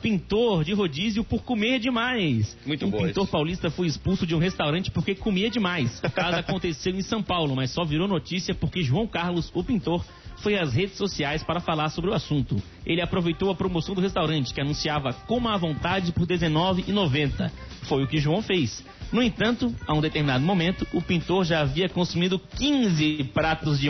Speaker 2: pintor de rodízio por comer demais.
Speaker 1: Muito
Speaker 2: um
Speaker 1: boa
Speaker 2: pintor
Speaker 1: isso.
Speaker 2: paulista foi expulso de um restaurante
Speaker 1: *laughs*
Speaker 2: porque comia demais. O caso aconteceu em São Paulo, mas só virou notícia porque João Carlos, o pintor, foi às redes sociais para falar sobre o assunto. Ele aproveitou a promoção do restaurante, que anunciava Coma à Vontade por R$19,90. Foi o que João fez. No entanto, a um determinado momento, o pintor já havia consumido 15 pratos de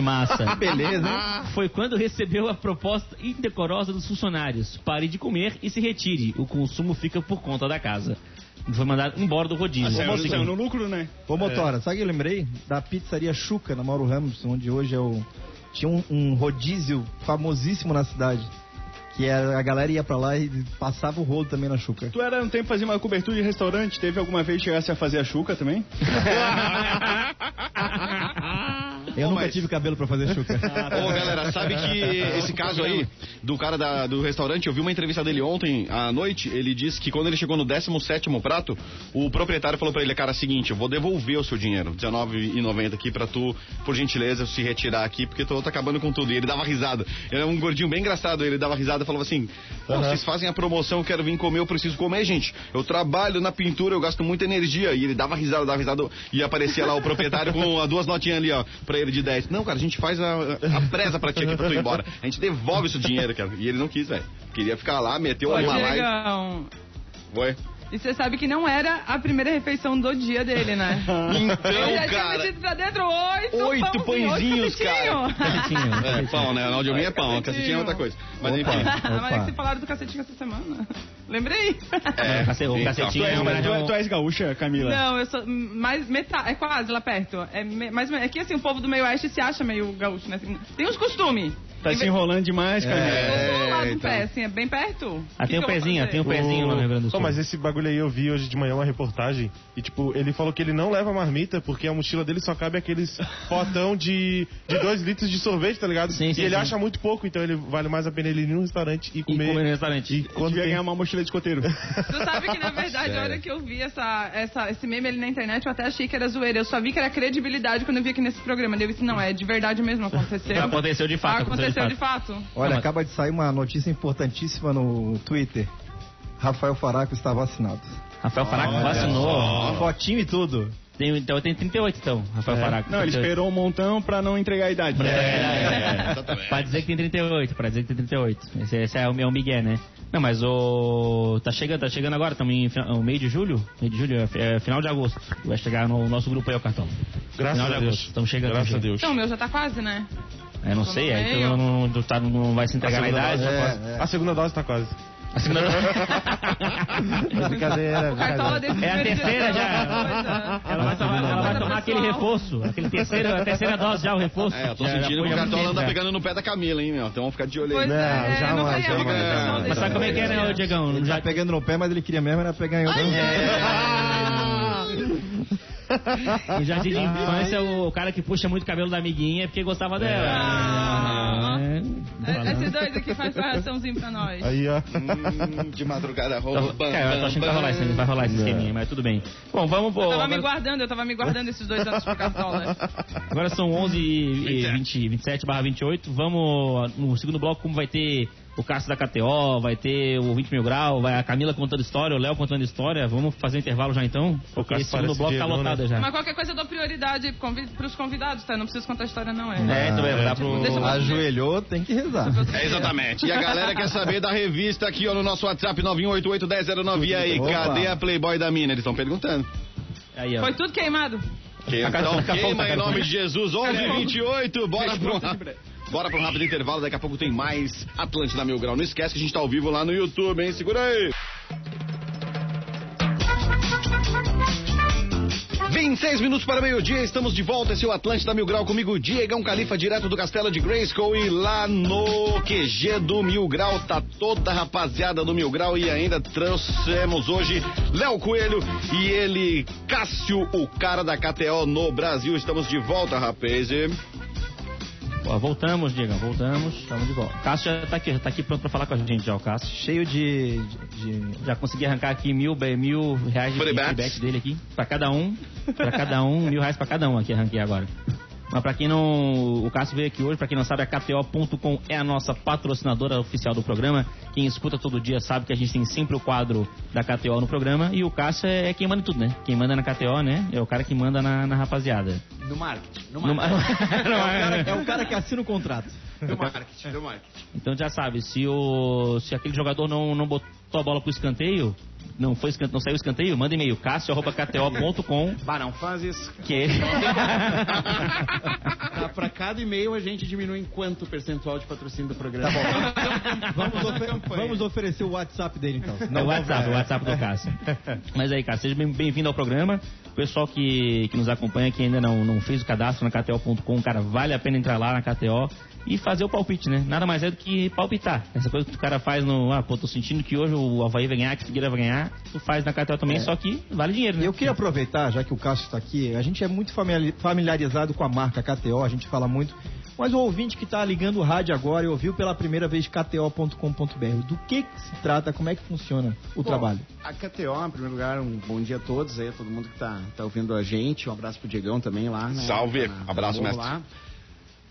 Speaker 1: *laughs*
Speaker 2: massa.
Speaker 5: Beleza, hein?
Speaker 2: Foi quando recebeu a proposta indecorosa dos funcionários: pare de comer e se retire. O consumo fica por conta da casa. Foi mandado embora do
Speaker 9: Ah,
Speaker 2: rodízio.
Speaker 6: Saiu,
Speaker 2: Bom, seguinte,
Speaker 6: saiu Ah, no lucro, né?
Speaker 5: Ô Motora, sabe o que eu lembrei? Da pizzaria Chuca, na Mauro Ramos, onde hoje é o... Tinha um, um rodízio famosíssimo na cidade. Que era, a galera ia pra lá e passava o rolo também na Chuca.
Speaker 6: Tu era um tempo fazia uma cobertura de restaurante, teve alguma vez que chegasse a fazer a chuca também?
Speaker 5: Eu nunca tive cabelo pra fazer Chuca.
Speaker 6: *laughs*
Speaker 1: Ô, galera, sabe que esse caso aí do cara da- do restaurante, eu vi uma entrevista dele ontem à noite, ele disse que quando ele chegou no 17º prato, o proprietário falou pra ele, cara, seguinte, eu vou devolver o seu dinheiro, R$19,90 aqui pra tu, por gentileza, se retirar aqui, porque tu tá acabando com tudo. E ele dava risada. Ele é um gordinho bem engraçado, ele dava risada e falava assim, pô, vocês fazem a promoção, eu quero vir comer, eu preciso comer, gente. Eu trabalho na pintura, eu gasto muita energia. E ele dava risada, dava risada, e aparecia lá o proprietário com a duas notinhas ali, ó, pra ele de 10. Não, cara, a gente faz a, a presa pra ti aqui pra tu ir embora. A gente devolve esse dinheiro, cara. E ele não quis, velho. Queria ficar lá, meteu
Speaker 3: Ô,
Speaker 1: uma mais.
Speaker 3: Diegão,
Speaker 1: Foi.
Speaker 3: E você sabe que não era a primeira refeição do dia dele, né? Ele já
Speaker 1: Então,
Speaker 3: tinha
Speaker 1: cara.
Speaker 3: metido pra dentro oito,
Speaker 1: Oito
Speaker 3: pãozinho,
Speaker 1: pãezinhos,
Speaker 3: oito cacetinho.
Speaker 1: É, pão, né? Na audiovisual é pão, a cacetinha é outra coisa. Mas enfim.
Speaker 3: Mas é que vocês falaram do cacetinho essa semana. *laughs* Lembrei?
Speaker 1: *laughs* É,
Speaker 2: Cacete- o
Speaker 1: então.
Speaker 2: cacetinho
Speaker 6: Tu
Speaker 2: é
Speaker 6: és,
Speaker 2: uma-
Speaker 6: tu, tu és gaúcha, Camila?
Speaker 3: Não, eu sou mais metade, é quase lá perto. É, me- mais, é que assim, o povo do meio oeste se acha meio gaúcho, né? Assim, Tem uns costumes.
Speaker 6: Tá se enrolando demais, Camila.
Speaker 3: É, lá do
Speaker 1: então.
Speaker 3: pé, assim, é bem perto.
Speaker 2: Ah, tem um
Speaker 3: Que que eu vou
Speaker 2: pezinho,
Speaker 3: fazer?
Speaker 2: tem um pezinho lá no Rio Grande do Sul.
Speaker 4: Oh, mas esse bagulho aí eu vi hoje de manhã uma reportagem e, tipo, ele falou que ele não leva marmita porque a mochila dele só cabe
Speaker 6: *laughs*
Speaker 4: aqueles potão de 2 litros de sorvete, tá ligado?
Speaker 2: Sim,
Speaker 4: e
Speaker 2: sim,
Speaker 4: ele
Speaker 2: sim.
Speaker 4: acha muito pouco, então ele vale mais a pena ele ir num restaurante e
Speaker 2: E
Speaker 4: comer.
Speaker 2: comer no restaurante.
Speaker 4: E quando
Speaker 6: Devia
Speaker 4: tem-
Speaker 6: ganhar uma mochila de escoteiro.
Speaker 3: Tu sabe que, na verdade, a hora que eu vi essa, essa, esse meme ali na internet, eu até achei que era zoeira. Eu só vi que era credibilidade quando eu vi aqui nesse programa. Daí Eu disse, não, é de verdade mesmo, aconteceu.
Speaker 2: Aconteceu de fato.
Speaker 3: Ah, Aconteceu de fato.
Speaker 5: Olha,
Speaker 2: mas-
Speaker 5: acaba de sair uma notícia importantíssima no Twitter. Rafael Faraco está vacinado.
Speaker 2: Rafael Faraco vacinou.
Speaker 5: Fotinho e tudo.
Speaker 2: Tem, então tem 38, então, Rafael Faraco.
Speaker 6: Não, ele
Speaker 2: 38.
Speaker 6: esperou um montão pra não entregar a idade.
Speaker 2: É, pra dizer que tem 38, pra dizer que tem 38. Esse, esse é, o, é o Miguel, né? Não, mas o. Tá chegando, tá chegando agora, estamos em fina- o meio de julho? Meio de julho, é, é final de agosto. Vai chegar no nosso grupo aí o cartão.
Speaker 4: Graças
Speaker 2: final
Speaker 4: a
Speaker 2: de
Speaker 4: Deus.
Speaker 2: agosto. Estamos chegando.
Speaker 4: Graças a
Speaker 2: tamo chegando.
Speaker 4: Deus.
Speaker 3: Então, o meu já tá quase, né?
Speaker 2: É, não sei, aí
Speaker 3: Também,
Speaker 2: tu
Speaker 3: ó.
Speaker 2: não, tu tá- não vai se
Speaker 4: A
Speaker 2: entregar na
Speaker 4: segunda,
Speaker 2: idade.
Speaker 4: dose tá quase.
Speaker 5: É,
Speaker 4: a segunda dose tá quase.
Speaker 2: A segunda-
Speaker 5: É Brincadeira,
Speaker 3: O cartola
Speaker 5: brincadeira.
Speaker 3: desse
Speaker 2: É a
Speaker 3: primeiro dia
Speaker 2: terceira
Speaker 3: tá-
Speaker 2: já.
Speaker 3: Pois é.
Speaker 2: Ela
Speaker 1: Tá
Speaker 2: vai tomar, ela vai tomar aquele reforço, aquele terceiro, a terceira dose já, o reforço.
Speaker 1: É, eu tô
Speaker 2: Já- já
Speaker 1: sentindo
Speaker 2: foi
Speaker 1: que o
Speaker 2: há muito
Speaker 1: cartola
Speaker 2: tempo,
Speaker 1: anda
Speaker 2: já.
Speaker 1: pegando no pé da Camila, hein, meu? Então vamos ficar de olho aí.
Speaker 3: Pois é,
Speaker 5: Não,
Speaker 3: não
Speaker 5: jamais,
Speaker 3: faria uma
Speaker 5: jamais.
Speaker 3: competição
Speaker 2: Mas
Speaker 3: desse
Speaker 2: sabe como é que é, né, ô Diegão?
Speaker 5: Ele
Speaker 2: Já-
Speaker 5: tá pegando no pé, mas ele queria mesmo era pegar em outro.
Speaker 6: é.
Speaker 2: No jardim de infância, o cara que puxa muito o cabelo da amiguinha é porque gostava dela.
Speaker 3: Ah.
Speaker 2: É.
Speaker 3: É, Esse doido aqui faz coraçãozinho pra nós.
Speaker 4: Aí, ó.
Speaker 1: Hum, de madrugada rouba.
Speaker 2: Cara, Então, eu tô achando que vai rolar isso, vai rolar esse esqueminha, mas tudo bem. Bom, vamos pro.
Speaker 3: Eu tava me
Speaker 2: agora-
Speaker 3: guardando, eu tava me guardando esses dois anos pro cartola.
Speaker 2: Agora são 11 e e 20, 27 barra 28. Vamos no segundo bloco, como vai ter o Cássio da KTO, vai ter o 20 mil grau, vai a Camila contando história, o Léo contando história. Vamos fazer um intervalo já então?
Speaker 4: O
Speaker 2: Porque
Speaker 4: Cássio
Speaker 2: esse segundo
Speaker 4: parece
Speaker 2: bloco tá
Speaker 4: Diegão,
Speaker 2: lotado
Speaker 4: né?
Speaker 2: já.
Speaker 3: Mas qualquer coisa eu dou prioridade convi- pros convidados, tá? Eu Não preciso contar história, não, é.
Speaker 2: É, então vai dar pro.
Speaker 3: Deixa eu-
Speaker 5: Ajoelhou, tem que rezar.
Speaker 1: É, exatamente. E a galera quer saber da revista aqui, ó, no nosso WhatsApp 91881009. E aí,
Speaker 5: Opa.
Speaker 1: cadê a Playboy da mina? Eles estão perguntando.
Speaker 2: Aí, ó.
Speaker 3: Foi tudo queimado.
Speaker 1: Que, então, queima em nome de Jesus, 1128. Bora pro, bora pro rápido intervalo. Daqui a pouco tem mais Atlântida Mil Grau. Não esquece que a gente tá ao vivo lá no YouTube, hein? Segura aí. 26 minutos para meio-dia, estamos de volta. Esse é o Atlântida Mil Grau comigo, Diegão Califa, direto do Castelo de Grayskull. E lá no QG do Mil Grau, tá toda a rapaziada do Mil Grau. E ainda trouxemos hoje Léo Coelho e ele, Cássio, o cara da KTO no Brasil. Estamos de volta, rapaz. E-
Speaker 2: Ó, voltamos, Diego, voltamos. Estamos de volta. Cássio já tá aqui, já tá aqui pronto pra falar com a gente já, o Cássio.
Speaker 5: Cheio de. de, de-
Speaker 2: Já consegui arrancar aqui mil, be- mil reais de
Speaker 1: Free bets.
Speaker 2: feedback dele aqui. Pra cada um. Pra cada um, mil reais pra cada um aqui arranquei agora. Mas pra quem não. O Cássio veio aqui hoje, pra quem não sabe, a KTO.com é a nossa patrocinadora oficial do programa. Quem escuta todo dia sabe que a gente tem sempre o quadro da KTO no programa. E o Cássio é, é quem manda em tudo, né? Quem manda na KTO, né? É o cara que manda na, na rapaziada.
Speaker 9: No marketing. No
Speaker 2: Não- *laughs*
Speaker 9: marketing.
Speaker 2: não é-
Speaker 5: É o cara que assina o contrato.
Speaker 7: Do marketing, do marketing.
Speaker 2: Então já sabe, se, o, se aquele jogador não, não botou a bola pro escanteio, não, foi escante, não saiu o escanteio, manda e-mail, cássio.kto.com,
Speaker 9: Barão, faz isso.
Speaker 2: que *laughs*
Speaker 9: Tá, pra cada e-mail a gente diminui em quanto o percentual de patrocínio do programa? Tá
Speaker 5: Vamos, ofe- vamos oferecer o WhatsApp dele então.
Speaker 2: Não, o WhatsApp, o WhatsApp do Cássio. Mas aí, Cássio, seja bem- bem-vindo ao programa. O pessoal que, que nos acompanha, que ainda não, não fez o cadastro na KTO.com, cara, vale a pena entrar lá na KTO e fazer o palpite, né? Nada mais é do que palpitar. Essa coisa que o cara faz no. Ah, pô, tô sentindo que hoje o Havaí vai ganhar, que o Figueira vai ganhar. Tu faz na KTO
Speaker 9: É.
Speaker 2: também, só que vale dinheiro, né?
Speaker 5: Eu queria aproveitar, já que o Cássio está aqui, a gente é muito famili- familiarizado com a marca KTO, a gente fala muito, mas o ouvinte que está ligando o rádio agora e ouviu pela primeira vez kto.com.br, do que, que se trata, como é que funciona o trabalho?
Speaker 9: A KTO, em primeiro lugar, um bom dia a todos aí, a todo mundo que tá, tá ouvindo a gente. Um abraço pro Diegão também lá. Né?
Speaker 1: Salve.
Speaker 9: Tá-
Speaker 1: Abraço,
Speaker 9: vamos
Speaker 1: mestre.
Speaker 9: lá.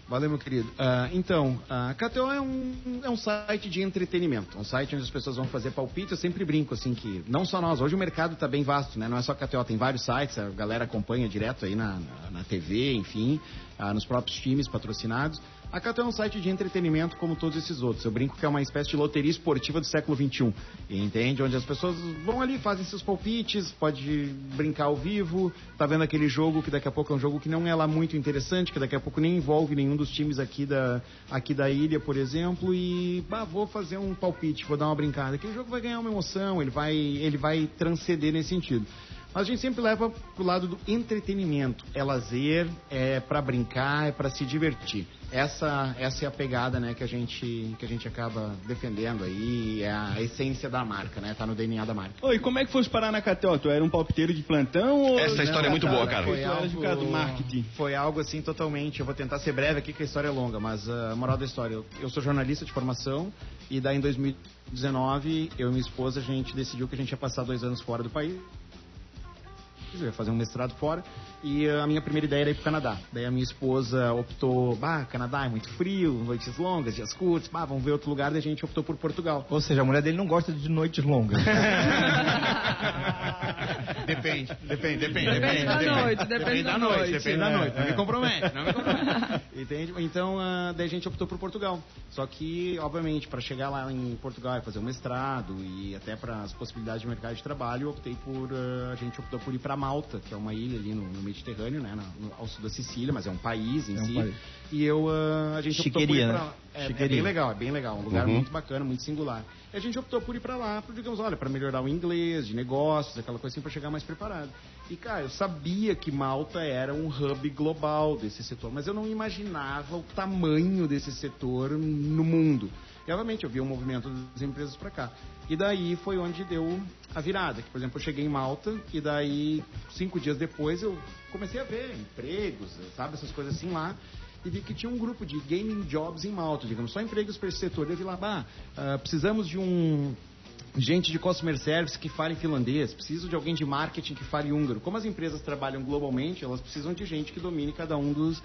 Speaker 9: Valeu, meu querido. Ah, então, a KTO é um, é um site de entretenimento, um site onde as pessoas vão fazer palpite. Eu sempre brinco, assim, que não só nós, hoje o mercado tá bem vasto, né? Não é só a KTO, tem vários sites, a galera acompanha direto aí na, na, na TV, enfim, ah, nos próprios times patrocinados. A KTO é um site de entretenimento como todos esses outros. Eu brinco que é uma espécie de loteria esportiva do século XXI, entende? Onde as pessoas vão ali, fazem seus palpites, pode brincar ao vivo, tá vendo aquele jogo que daqui a pouco é um jogo que não é lá muito interessante, que daqui a pouco nem envolve nenhum dos times aqui da, aqui da ilha, por exemplo, e bah, vou fazer um palpite, vou dar uma brincada. Aquele jogo vai ganhar uma emoção, ele vai, ele vai transcender nesse sentido. Mas a gente sempre leva pro lado do entretenimento, é lazer, é para brincar, é para se divertir. Essa, essa é a pegada, né, que a gente que a gente acaba defendendo aí, é a essência da marca, né? Tá no DNA da marca.
Speaker 6: Oi, como é que fosse parar na KTO? Tu era um palpiteiro de plantão ou...
Speaker 1: Essa história é muito boa, cara.
Speaker 6: Foi algo...
Speaker 5: é
Speaker 6: de cara do marketing.
Speaker 9: Foi algo assim totalmente. Eu vou tentar ser breve aqui, que a história é longa, mas ah, a moral da história. Eu, eu sou jornalista de formação e daí em 2019 eu e minha esposa a gente decidiu que a gente ia passar dois anos fora do país. Eu ia fazer um mestrado fora e ah, a minha primeira ideia era ir pro Canadá. Daí a minha esposa optou, bah, Canadá é muito frio, noites longas, dias curtos, bah, vamos ver outro lugar, daí a gente optou por Portugal.
Speaker 5: Ou seja, a mulher dele não gosta de noites *laughs* longas.
Speaker 7: Depende, depende, depende.
Speaker 3: Depende da noite, depende da noite.
Speaker 7: Depende da noite, não me compromete, não me compromete.
Speaker 9: *laughs* Entende? Então, ah, daí a gente optou por Portugal. Só que, obviamente, para chegar lá em Portugal e fazer um mestrado e até para as possibilidades de mercado de trabalho, eu optei por ah, a gente optou por ir para Malta, que é uma ilha ali no, no Mediterrâneo, né, na- no- ao sul da Sicília, mas é um país em
Speaker 5: um
Speaker 9: si.
Speaker 5: país.
Speaker 9: E eu ah, a gente optou por ir
Speaker 5: Chiqueria,
Speaker 9: para
Speaker 5: né?
Speaker 9: lá. É, é
Speaker 5: Chiqueria.
Speaker 9: bem legal, é bem legal, um lugar muito bacana, muito singular. E a gente optou por ir para lá, por, digamos, olha, para melhorar o inglês, de negócios, aquela coisa assim, para chegar mais preparado. E cara, eu sabia que Malta era um hub global desse setor, mas eu não imaginava o tamanho desse setor no mundo. E obviamente eu vi o movimento das empresas para cá. E daí foi onde deu a virada. Que, por exemplo, eu cheguei em Malta e daí cinco dias depois eu comecei a ver empregos, sabe, essas coisas assim lá e vi que tinha um grupo de gaming jobs em Malta, digamos, só empregos para esse setor. Eu vi lá, bah, ah, precisamos de um gente de customer service que fale finlandês, preciso de alguém de marketing que fale húngaro. Como as empresas trabalham globalmente, elas precisam de gente que domine cada um dos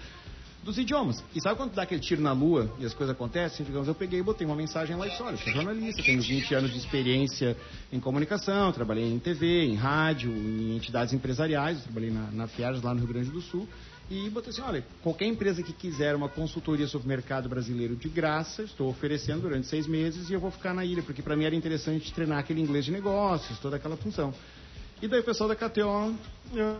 Speaker 9: dos idiomas. E sabe quando dá aquele tiro na lua e as coisas acontecem? Digamos, eu peguei e botei uma mensagem lá e disse, olha, eu sou jornalista, tenho 20 anos de experiência em comunicação, trabalhei em TV, em rádio, em entidades empresariais, eu trabalhei na, na Fiares lá no Rio Grande do Sul, e botei assim, olha, qualquer empresa que quiser uma consultoria sobre o mercado brasileiro de graça, estou oferecendo durante seis meses e eu vou ficar na ilha, porque para mim era interessante treinar aquele inglês de negócios, toda aquela função. E daí o pessoal da KTO eh,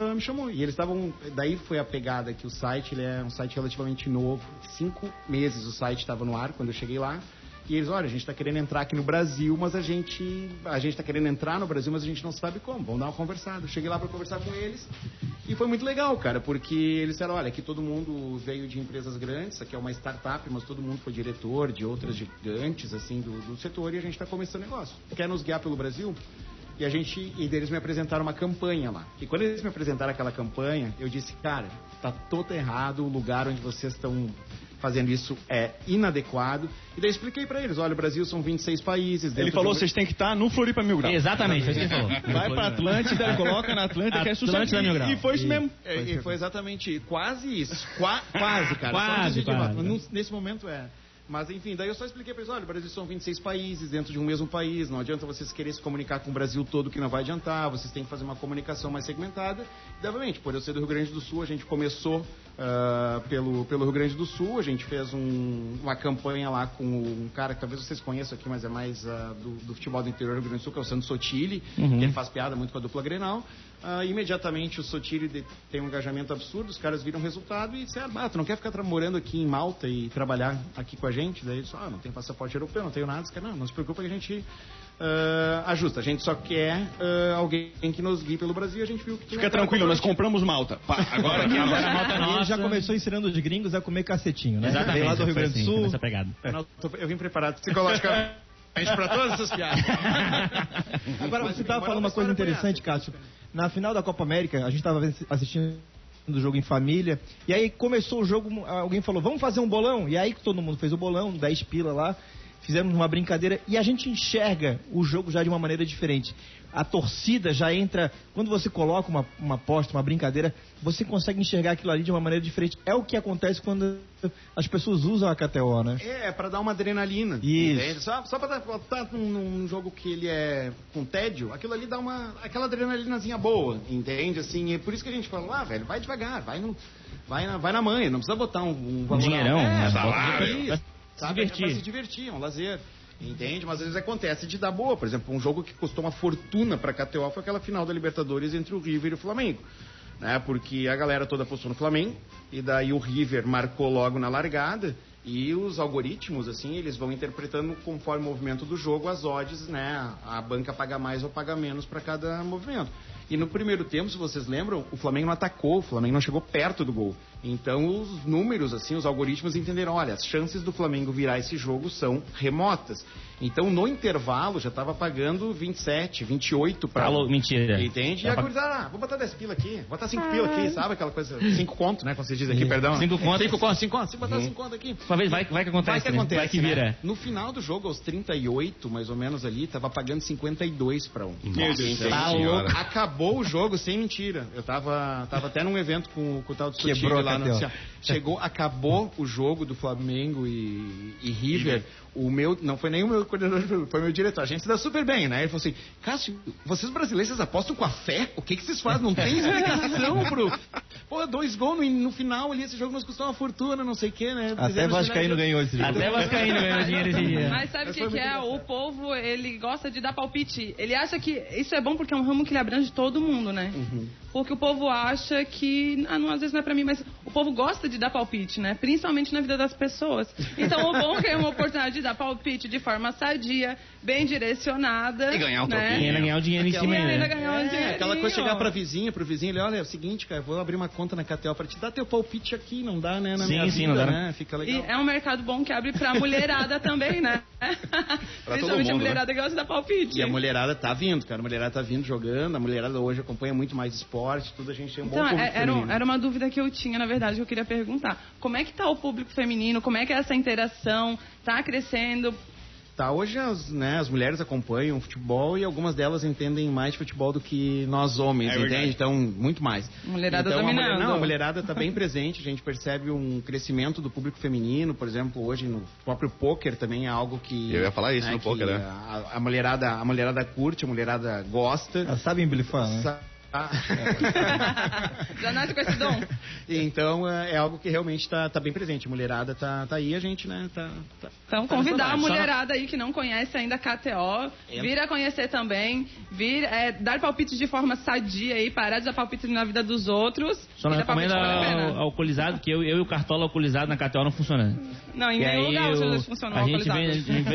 Speaker 9: eh, me chamou. E eles estavam. Daí foi a pegada que o site, ele é um site relativamente novo. Cinco meses o site estava no ar quando eu cheguei lá. E eles, olha, a gente está querendo entrar aqui no Brasil, mas a gente. A gente está querendo entrar no Brasil, mas a gente não sabe como. Vamos dar uma conversada. Eu cheguei lá para conversar com eles. E foi muito legal, cara, porque eles disseram, olha, aqui todo mundo veio de empresas grandes, aqui é uma startup, mas todo mundo foi diretor de outras gigantes, assim, do, do setor, e a gente está começando negócio. Quer nos guiar pelo Brasil? E a gente, e daí eles me apresentaram uma campanha lá. E quando eles me apresentaram aquela campanha, eu disse, cara, tá todo errado o lugar onde vocês estão fazendo isso é inadequado. E daí eu expliquei pra eles, olha, o Brasil são 26 países.
Speaker 6: Ele
Speaker 9: dentro
Speaker 6: falou,
Speaker 9: de um-
Speaker 6: vocês têm que estar no Floripa Mil Grau.
Speaker 2: Exatamente, foi isso que ele falou.
Speaker 6: Vai pra Atlântida, coloca na Atlântida, que é sucesso.
Speaker 2: Atlântida Mil Grau.
Speaker 6: E foi isso mesmo.
Speaker 9: É, e foi exatamente quase isso. Qua- quase, cara. Só um
Speaker 2: Quase,
Speaker 9: desvio de nota,
Speaker 2: quase.
Speaker 9: mas num- nesse momento é. Mas enfim, daí eu só expliquei pra eles, olha, o Brasil são 26 países dentro de um mesmo país, não adianta vocês querer se comunicar com o Brasil todo que não vai adiantar, vocês têm que fazer uma comunicação mais segmentada. E, obviamente, por eu ser do Rio Grande do Sul, a gente começou ah, pelo, pelo Rio Grande do Sul. A gente fez um- uma campanha lá com um cara que talvez vocês conheçam aqui, mas é mais ah, do, do futebol do interior do Rio Grande do Sul, que é o Sandro Sotile,
Speaker 2: Uhum.
Speaker 9: que ele faz piada muito com a dupla Grenal. Ah, imediatamente o Sotile de- tem um engajamento absurdo, os caras viram o resultado e disseram, ah, tu não quer ficar tra- morando aqui em Malta e trabalhar aqui com a gente? Daí eles ah, não tenho passaporte europeu, não tenho nada. Os caras, não, não se preocupa que a gente ah, ajusta. A gente só quer ah, alguém que nos guie pelo Brasil e a gente viu que... tá tinha
Speaker 6: Fica
Speaker 9: aquela
Speaker 6: tranquilo, nós
Speaker 9: comprometida.
Speaker 6: compramos malta. Pá, agora aqui, agora a malta é
Speaker 5: Ele
Speaker 6: nossa.
Speaker 5: já começou ensinando os gringos a comer cacetinho, né?
Speaker 2: Exatamente.
Speaker 5: Veio lá do Rio
Speaker 2: foi
Speaker 5: Grande do
Speaker 2: assim, foi
Speaker 5: Sul.
Speaker 2: nessa pegada.
Speaker 6: É.
Speaker 9: Eu tô- Eu vim preparado psicologicamente pra todas essas piadas.
Speaker 6: *laughs*
Speaker 5: Agora, você estava
Speaker 9: moral
Speaker 5: falando
Speaker 9: da
Speaker 5: uma coisa
Speaker 9: história foi
Speaker 5: interessante, Cássio. Na final da Copa América, a gente estava assistindo o jogo em família, e aí começou o jogo, alguém falou, vamos fazer um bolão? E aí que todo mundo fez o bolão, 10 pila lá, fizemos uma brincadeira, e a gente enxerga o jogo já de uma maneira diferente. A torcida já entra, quando você coloca uma, uma aposta, uma brincadeira, você consegue enxergar aquilo ali de uma maneira diferente. É o que acontece quando as pessoas usam a KTO, né?
Speaker 9: É, é pra dar uma adrenalina.
Speaker 5: Isso.
Speaker 9: entende? Só, só pra dar- botar num, num jogo que ele é com tédio, aquilo ali dá uma. aquela adrenalinazinha boa, entende? Assim, é por isso que a gente fala, ah, velho, vai devagar, vai no. Vai na, vai na manha, não precisa botar um, um valor.
Speaker 2: dinheirão,
Speaker 9: é,
Speaker 2: né?
Speaker 9: salário,
Speaker 2: Bota-
Speaker 9: isso, sabe? É
Speaker 2: divertir.
Speaker 9: pra se divertir, é um lazer. Entende? Mas às vezes acontece de dar boa. Por exemplo, um jogo que custou uma fortuna pra KTO foi aquela final da Libertadores entre o River e o Flamengo. Né? Porque a galera toda apostou no Flamengo, e daí o River marcou logo na largada, e os algoritmos, assim, eles vão interpretando conforme o movimento do jogo as odds, né? A banca paga mais ou paga menos pra cada movimento. E no primeiro tempo, se vocês lembram, o Flamengo não atacou, o Flamengo não chegou perto do gol. Então os números, assim, os algoritmos entenderam, olha, as chances do Flamengo virar esse jogo são remotas. Então no intervalo já estava pagando 27, 28 para
Speaker 2: Falou, mentira.
Speaker 9: Entende? E a gurizada, ah, vou botar 10 pila aqui, vou botar 5 pila aqui, sabe aquela coisa, 5 conto, né, como vocês dizem aqui, perdão.
Speaker 2: Cinco conto.
Speaker 9: Cinco conto, cinco conto, se botar 5 conto aqui.
Speaker 2: Uma vez vai, vai que acontece.
Speaker 9: Vai que
Speaker 2: né?
Speaker 9: acontece,
Speaker 2: Vai que
Speaker 9: né?
Speaker 2: vira.
Speaker 9: No final do jogo, aos 38, mais ou menos ali, tava pagando 52 pra um.
Speaker 7: Meu Deus,
Speaker 9: Tá
Speaker 7: Senhora.
Speaker 9: louco. Acabou o jogo sem mentira. Eu tava, tava até num evento com, com o tal do Sotile
Speaker 5: Quebrou a
Speaker 9: lá no
Speaker 5: KTO.
Speaker 9: Ceará. Chegou, acabou o jogo do Flamengo e, e River. O meu, não foi nem o meu coordenador, de produto, foi meu diretor. A gente se dá super bem, né? Ele falou assim: Cássio, vocês brasileiros vocês apostam com a fé? O que, que vocês fazem? Não tem explicação, bro. *laughs* Pô, dois gols no, no final ali, esse jogo nos custou uma fortuna, não sei o quê, né?
Speaker 5: Até
Speaker 9: Fizemos
Speaker 5: Vascaíno
Speaker 9: finais-
Speaker 5: ganhou esse jogo.
Speaker 2: Até Vascaíno ganhou dinheiro esse dia.
Speaker 3: Mas sabe o
Speaker 9: foi
Speaker 3: que, que
Speaker 9: muito
Speaker 3: é? O povo, ele gosta de dar palpite. Ele acha que isso é bom porque é um ramo que ele abrange todo mundo, né?
Speaker 9: Uhum.
Speaker 3: Porque o povo acha que. Ah, não, às vezes não é pra mim, mas o povo gosta de dar palpite, né? Principalmente na vida das pessoas. Então o bom é que é uma oportunidade de dar palpite de forma sadia, bem direcionada.
Speaker 7: E ganhar um
Speaker 3: né?
Speaker 2: Quem ainda ganhar o dinheiro em cima
Speaker 3: E
Speaker 2: ainda.
Speaker 3: ainda ganhar um
Speaker 9: É,
Speaker 3: dinheirinho.
Speaker 9: aquela coisa de chegar pra vizinha, pro vizinho, ele, olha, é o seguinte, cara, eu vou abrir uma conta na KTO pra te dar teu palpite aqui, não dá, né? Na
Speaker 2: Sim,
Speaker 9: minha
Speaker 2: sim,
Speaker 9: vida,
Speaker 2: não dá,
Speaker 9: né? Fica
Speaker 3: E
Speaker 9: legal.
Speaker 3: é um mercado bom que abre pra mulherada também,
Speaker 9: *laughs*
Speaker 3: né? Principalmente a
Speaker 7: mundo,
Speaker 3: mulherada que gosta de dar palpite.
Speaker 9: né? E a mulherada tá vindo, cara. A mulherada tá vindo jogando, a mulherada hoje acompanha muito mais esporte, tudo a gente tem um
Speaker 3: Então,
Speaker 9: bom público
Speaker 3: é- era, um-
Speaker 9: feminino.
Speaker 3: era uma dúvida que eu tinha, na verdade, que eu queria perguntar. Como é que tá o público feminino? Como é que é essa interação? Tá crescendo?
Speaker 9: Tá, hoje as, né, as mulheres acompanham o futebol e algumas delas entendem mais de futebol do que nós homens,
Speaker 7: É verdade.
Speaker 9: entende? Então, muito mais.
Speaker 3: Mulherada
Speaker 9: então, a mulher-
Speaker 3: dominando.
Speaker 9: não, a mulherada tá bem presente, a gente percebe um crescimento do público feminino, por exemplo, hoje no próprio pôquer também é algo que...
Speaker 7: Eu ia falar isso no
Speaker 9: que
Speaker 7: pôquer, né?
Speaker 9: A, a mulherada, a mulherada curte, a mulherada gosta. Tá?
Speaker 5: Elas sabem blefar, né?
Speaker 9: Sa-
Speaker 3: Já nasce com
Speaker 2: *laughs*
Speaker 3: esse dom?
Speaker 9: *laughs* Então, é é algo que realmente tá, tá bem presente. A mulherada tá, tá aí, a gente, né, tá- tá,
Speaker 3: Então, convidar a mulherada aí que não conhece ainda a KTO, vir a conhecer também, vir é, dar palpites de forma sadia aí, parar de dar palpite na vida dos outros.
Speaker 2: Só não
Speaker 3: e dar palpite
Speaker 2: recomendo
Speaker 3: vale a pena.
Speaker 2: ao, alcoolizado, que eu, eu e o Cartola alcoolizado na KTO não funcionando.
Speaker 3: Não, em
Speaker 2: E
Speaker 3: nenhum lugar os
Speaker 2: eu-
Speaker 3: jogadores funcionam
Speaker 2: a gente vem,